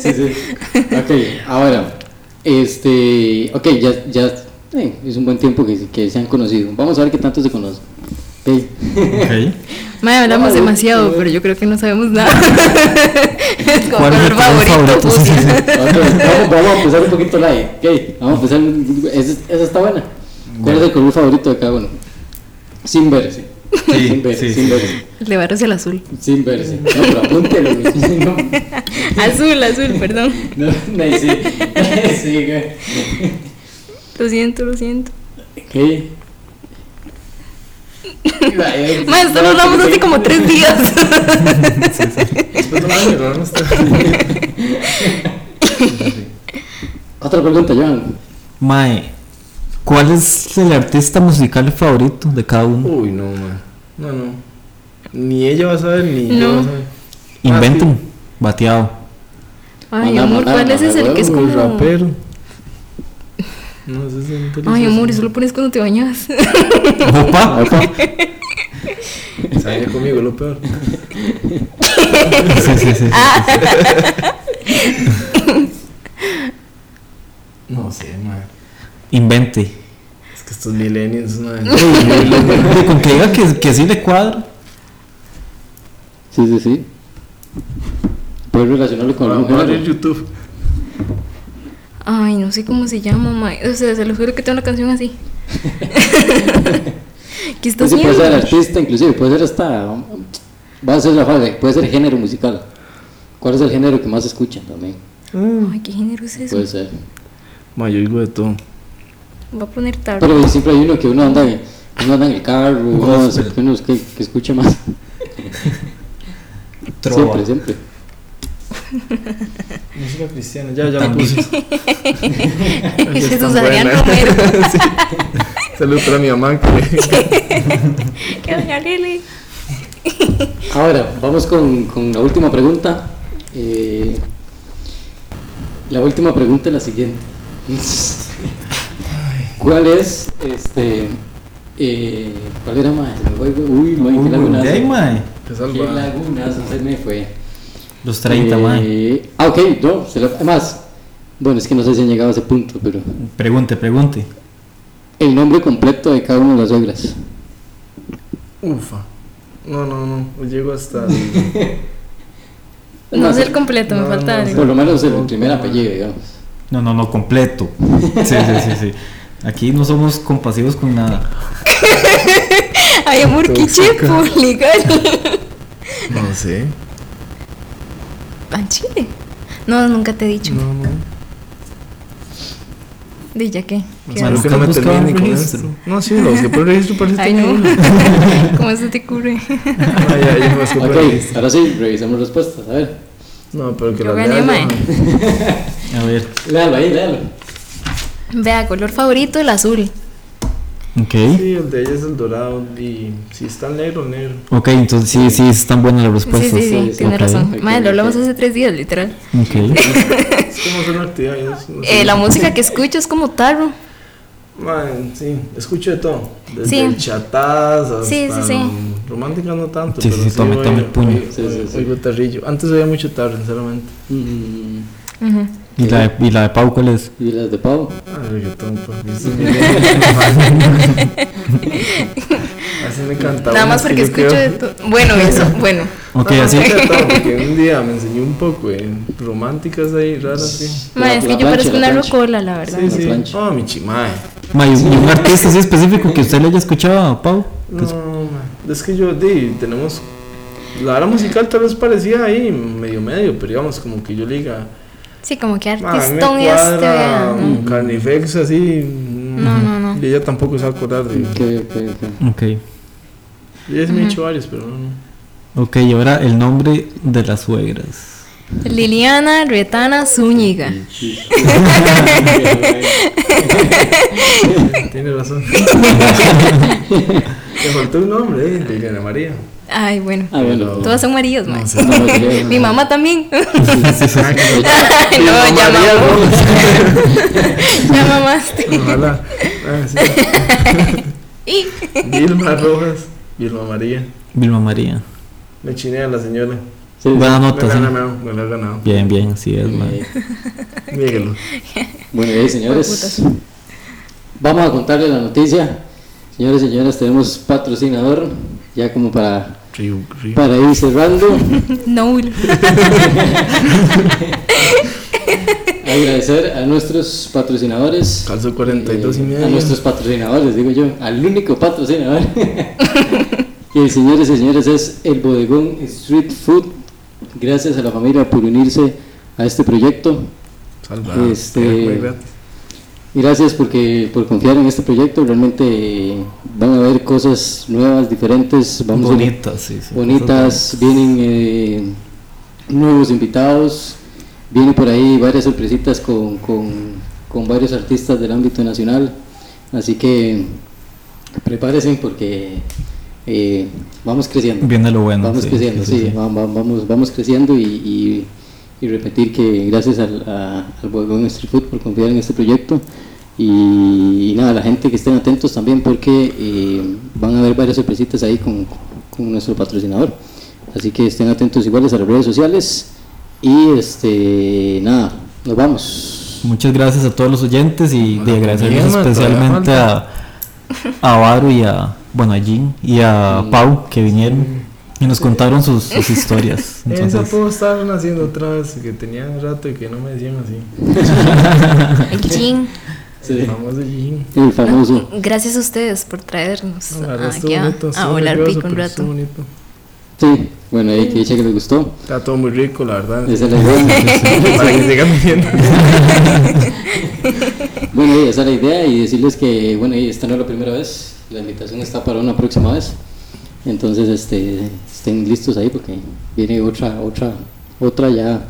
Speaker 2: Sí, sí. Ok, ahora, este, ok, ya, ya eh, es un buen tiempo que, se- que se han conocido. Vamos a ver qué tanto se conocen. Ok.
Speaker 3: Ok.
Speaker 4: Mae, hablamos
Speaker 2: Ay,
Speaker 4: demasiado,
Speaker 2: qué
Speaker 4: pero yo creo que no sabemos nada. Es como
Speaker 3: ¿Cuál es
Speaker 4: color
Speaker 3: tu color
Speaker 4: favorito.
Speaker 3: favorito? Sí, sí,
Speaker 4: fucsia.
Speaker 2: Otra vez, vamos, vamos a empezar un poquito light, ok. Vamos a empezar. Esa, esa está buena. ¿Cuál es el color favorito de cada uno? Sin verse.
Speaker 3: Sí,
Speaker 2: sin verse,
Speaker 3: sí,
Speaker 2: sin
Speaker 3: sí.
Speaker 2: verse.
Speaker 4: El de barro es el azul.
Speaker 2: Sin verse. No, pero apúntelo. güey. No,
Speaker 4: Azul, azul, perdón.
Speaker 2: no, no, sí. Sí, güey.
Speaker 4: Lo siento, lo siento.
Speaker 2: Ok. Vaya,
Speaker 4: Mae, esto lo hablamos hace como tres días.
Speaker 5: Después de un año, Pues, ¿no? Está-
Speaker 2: Otra pregunta, Joan.
Speaker 3: Mae, ¿cuál es el artista musical favorito de cada uno?
Speaker 5: Uy, no, man. No, no. Ni ella va a saber, ni yo
Speaker 4: No.
Speaker 5: va a saber.
Speaker 3: Inventen, bateado.
Speaker 4: Ay,
Speaker 2: Maná,
Speaker 4: amor,
Speaker 2: maná,
Speaker 4: ¿cuál es
Speaker 2: maná,
Speaker 4: ese el que es
Speaker 5: Un
Speaker 4: como.
Speaker 5: rapero. No sé si es
Speaker 4: Ay, amor, eso lo pones cuando te bañas.
Speaker 3: Opa,
Speaker 5: Sale conmigo, es lo peor.
Speaker 3: Sí, sí, sí.
Speaker 5: No sé, man.
Speaker 3: Invente.
Speaker 5: Es que estos millennials, man.
Speaker 3: De con que diga que, que sí le cuadra.
Speaker 2: Sí, sí, sí. Puedes relacionarlo con algún
Speaker 5: Vamos a abrir
Speaker 2: género.
Speaker 5: YouTube.
Speaker 4: Ay, no sé cómo se llama, mae. O sea, se lo juro que tengo una canción así. ¿Qué estás
Speaker 2: Ese Pues puede ser
Speaker 4: viendo?
Speaker 2: artista, inclusive, puede ser hasta. Va a ser la frase, puede ser género musical. ¿Cuál es el género que más escuchan también?
Speaker 4: Ay, qué género es eso.
Speaker 2: Puede ser.
Speaker 5: Man, yo digo de todo.
Speaker 4: Voy a poner tarde.
Speaker 2: Pero siempre hay uno que uno anda, en- uno anda en el carro, uno se- uno que, que escucha más. Siempre, siempre.
Speaker 5: Música cristiana, ya, ya lo
Speaker 3: También.
Speaker 5: puse.
Speaker 4: Ese es
Speaker 5: tan
Speaker 4: Adrián
Speaker 5: buena.
Speaker 4: Romero.
Speaker 6: Salud para mi mamá.
Speaker 4: Que... que doña Lili.
Speaker 2: Ahora, vamos con, con la última pregunta. Eh, la última pregunta es la siguiente. ¿Cuál es, este, eh, cuál era más? Uy, mae, qué lagunazo.
Speaker 3: de ahí, mae.
Speaker 2: Qué lagunazo se me fue.
Speaker 3: Los 30, mae.
Speaker 2: Eh, ah, ok, no, se lo- además, bueno, es que no sé si han llegado a ese punto, pero
Speaker 3: Pregunte, pregunte.
Speaker 2: el nombre completo de cada una de las suegras.
Speaker 5: Ufa. No, no, no. Llego hasta.
Speaker 4: No, es el completo, me
Speaker 5: No,
Speaker 4: falta
Speaker 5: no,
Speaker 4: algo.
Speaker 2: Por lo menos el primer apellido, digamos.
Speaker 3: No, no, no, completo. Sí, sí, sí, sí. Aquí no somos compasivos con nada.
Speaker 4: Ay, amor, qué
Speaker 5: Tóxica.
Speaker 4: legal.
Speaker 5: No sé.
Speaker 4: ¿Pan Ah, chile? No, nunca te he dicho.
Speaker 5: No, no.
Speaker 4: Di ya qué. ¿Qué
Speaker 5: Espero
Speaker 3: Maluca
Speaker 5: que no
Speaker 3: buscaba
Speaker 5: me
Speaker 3: un
Speaker 5: termine con
Speaker 3: registro.
Speaker 5: esto. No, sí, los que por el registro parece
Speaker 4: Ay,
Speaker 5: que
Speaker 4: no.
Speaker 5: no.
Speaker 4: ¿Cómo se te ocurre?
Speaker 5: No, ya, ya me escupí el
Speaker 2: Ok,
Speaker 5: registro.
Speaker 2: ahora sí, revisemos respuestas. A ver,
Speaker 5: No, pero que
Speaker 4: Yo
Speaker 5: la
Speaker 4: gané,
Speaker 5: lea
Speaker 4: mae.
Speaker 5: yo.
Speaker 3: A ver.
Speaker 2: léalo ahí, léalo.
Speaker 4: Vea, color favorito, el azul.
Speaker 3: Ok.
Speaker 5: Sí, el de ella es el dorado. Y si está negro, negro.
Speaker 3: Ok, entonces sí, sí, están buenas las
Speaker 4: Sí,
Speaker 3: respuestas.
Speaker 4: sí, sí,
Speaker 2: sí,
Speaker 4: tiene
Speaker 3: Pues ok.
Speaker 4: razón.
Speaker 2: Ok,
Speaker 4: Madre,
Speaker 2: ok.
Speaker 4: lo hablamos hace tres días, literal.
Speaker 3: Ok.
Speaker 5: Es como hacer una actividad. Es, no sé.
Speaker 4: Eh, la música que escucho es como tarro.
Speaker 5: Mae, sí, escucho de todo. Desde
Speaker 4: Sí.
Speaker 5: el chataz hasta.
Speaker 4: Sí, sí, sí.
Speaker 5: mm, Romántica no tanto.
Speaker 3: Sí,
Speaker 5: pero
Speaker 3: sí, tome-
Speaker 5: oigo-
Speaker 3: tome el puño.
Speaker 5: oigo-
Speaker 2: Sí, sí, sí.
Speaker 5: Oigo tarrillo. Antes veía mucho tarro, sinceramente.
Speaker 2: Mm,
Speaker 4: Ujú.
Speaker 3: ¿Y la, de, ¿Y la de Pau cuál es?
Speaker 2: ¿Y las de Pau?
Speaker 5: Ah, reggaetón, pues. eso es bien. Así me cantaba.
Speaker 4: Nada más
Speaker 5: es que
Speaker 4: porque
Speaker 5: yo
Speaker 4: escucho
Speaker 5: creo-
Speaker 4: de todo. Bueno, eso, bueno.
Speaker 3: Ok,
Speaker 5: No,
Speaker 3: así.
Speaker 5: Ah, sí, cantaba, porque un día me enseñó un poco eh, románticas ahí raras, sí.
Speaker 4: Madre, es que yo parezco una rocola, la verdad.
Speaker 5: Sí, sí.
Speaker 2: plancha.
Speaker 5: Oh, mi chimae.
Speaker 3: Ma, ¿y un y un artista así específico que usted le haya escuchado, Pau?
Speaker 5: No, ma, es que yo, di, tenemos. La hora musical tal vez parecía ahí medio medio, pero digamos como que yo le diga.
Speaker 4: Sí, como que
Speaker 5: "Ma, a mí me
Speaker 4: artistón este,
Speaker 5: cuadra
Speaker 4: vea. ¿no?
Speaker 5: un Carnifex así. No,
Speaker 4: no, no.
Speaker 5: Y ella tampoco se va a acordar de.
Speaker 2: Ok, ok, ok.
Speaker 3: Ok.
Speaker 5: Ella sí me ha dicho varios, pero no. no.
Speaker 3: Ok, y ahora el nombre de las suegras.
Speaker 4: Liliana Retana Zúñiga.
Speaker 5: Tiene razón. Le faltó un nombre, eh, de Ana María.
Speaker 4: Ay, bueno.
Speaker 2: Ah, bueno.
Speaker 4: Todas son Marías, madre.
Speaker 2: No, sí,
Speaker 4: Mi
Speaker 2: no.
Speaker 4: mamá también.
Speaker 5: Ay,
Speaker 4: Ay, no, ya mamó. ya mamaste.
Speaker 5: Ojalá. Ah, sí.
Speaker 4: Y
Speaker 5: Vilma Rojas, Vilma María.
Speaker 3: Vilma María.
Speaker 5: Me chinea la señora.
Speaker 2: Sí, Eh, sí.
Speaker 3: Buena
Speaker 5: Me
Speaker 3: nota,
Speaker 5: la
Speaker 3: sí.
Speaker 5: ha ganado, me la ha ganado.
Speaker 3: ¿eh? Bien, bien, así es, ma.
Speaker 2: Eh,
Speaker 5: Dígalo.
Speaker 2: Bueno, y ahí, señores,
Speaker 4: Hijueputas.
Speaker 2: vamos a contarles la noticia. Señores y señoras, tenemos patrocinador, ya como para,
Speaker 5: Río, río.
Speaker 2: para ir cerrando.
Speaker 4: Noel.
Speaker 2: Agradecer a nuestros patrocinadores.
Speaker 5: Calzo 42 y
Speaker 2: Eh,
Speaker 5: medio.
Speaker 2: A nuestros patrocinadores, digo yo, al único patrocinador. y señores y señores, es el Bodegón Street Food. Gracias a la familia por unirse a este proyecto.
Speaker 5: Salvado.
Speaker 2: Este-
Speaker 5: Era muy gratis.
Speaker 2: Gracias porque, por confiar en este proyecto. Realmente eh, van a haber cosas nuevas, diferentes. Vamos a-
Speaker 3: Bonitas, sí, sí.
Speaker 2: bonitas. Vienen eh, nuevos invitados. Vienen por ahí varias sorpresitas con, con- con varios artistas del ámbito nacional. Así que prepárense porque eh, vamos creciendo.
Speaker 3: Viene lo bueno.
Speaker 2: Vamos
Speaker 3: sí,
Speaker 2: creciendo, sí, va- va- Vamos, vamos creciendo y, y- y repetir que gracias al, a- al Bodegón Street Food por confiar en este proyecto. Y, y nada, la gente que estén atentos también porque eh, van a haber varias sorpresitas ahí con, con nuestro patrocinador. Así que estén atentos iguales a las redes sociales. Y este, nada, nos vamos.
Speaker 3: Muchas gracias a todos los oyentes y de agradecerles
Speaker 5: comida, todavía
Speaker 3: especialmente a, a Varo y a, bueno, a Jin y a Pau que vinieron y nos contaron sus, sus historias.
Speaker 5: Esa
Speaker 3: Entonces,
Speaker 5: puedo estar haciendo otra vez, que tenía un rato y que no me decían así.
Speaker 4: El Jin.
Speaker 5: El famoso Jim.
Speaker 2: El famoso.
Speaker 4: Gracias a ustedes por traernos
Speaker 5: No, la verdad, estuvo
Speaker 4: aquí a,
Speaker 5: bonito,
Speaker 4: Ah, a
Speaker 5: estuvo
Speaker 4: volar
Speaker 5: nervioso,
Speaker 4: pico un
Speaker 5: pero estuvo
Speaker 4: rato.
Speaker 5: bonito.
Speaker 2: Sí, bueno, ahí que dicha que les gustó.
Speaker 5: Está todo muy rico, la verdad.
Speaker 2: Esa es la idea.
Speaker 5: Para que sigan viendo.
Speaker 2: Bueno, y esa es la idea y decirles que, bueno, y esta no es la primera vez, la invitación está para una próxima vez. Entonces, este, estén listos ahí porque viene otra, otra, otra ya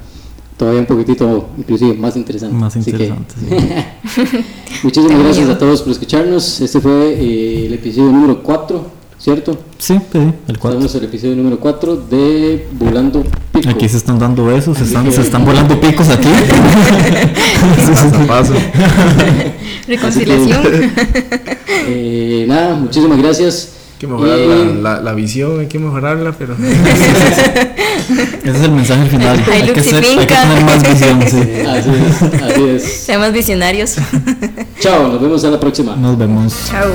Speaker 2: todavía un poquitito, inclusive más interesante.
Speaker 3: Más
Speaker 2: Así que-
Speaker 3: interesante.
Speaker 2: Muchísimas
Speaker 4: Tengo
Speaker 2: gracias
Speaker 4: miedo.
Speaker 2: a todos por escucharnos. Este fue eh, el episodio número 4, ¿cierto?
Speaker 3: Sí, sí, sí, el 4.
Speaker 2: Estamos en el episodio número 4 de Volando Pico.
Speaker 3: Aquí se están dando besos, se están,
Speaker 2: que-
Speaker 3: se están volando picos aquí.
Speaker 5: Paso a paso.
Speaker 4: Reconciliación.
Speaker 2: Eh, nada, muchísimas gracias. Eh,
Speaker 5: Hay que mejorar
Speaker 2: Y-
Speaker 5: la, la, la visión, hay que mejorarla, pero
Speaker 3: Ese es el mensaje final.
Speaker 4: Ay,
Speaker 3: Hay que, ser- hay que
Speaker 4: Luxipinca.
Speaker 3: tener más visión. sí.
Speaker 2: Así es, así es.
Speaker 4: Seamos visionarios.
Speaker 2: Chao, nos vemos a la próxima.
Speaker 3: Nos vemos.
Speaker 4: Chao.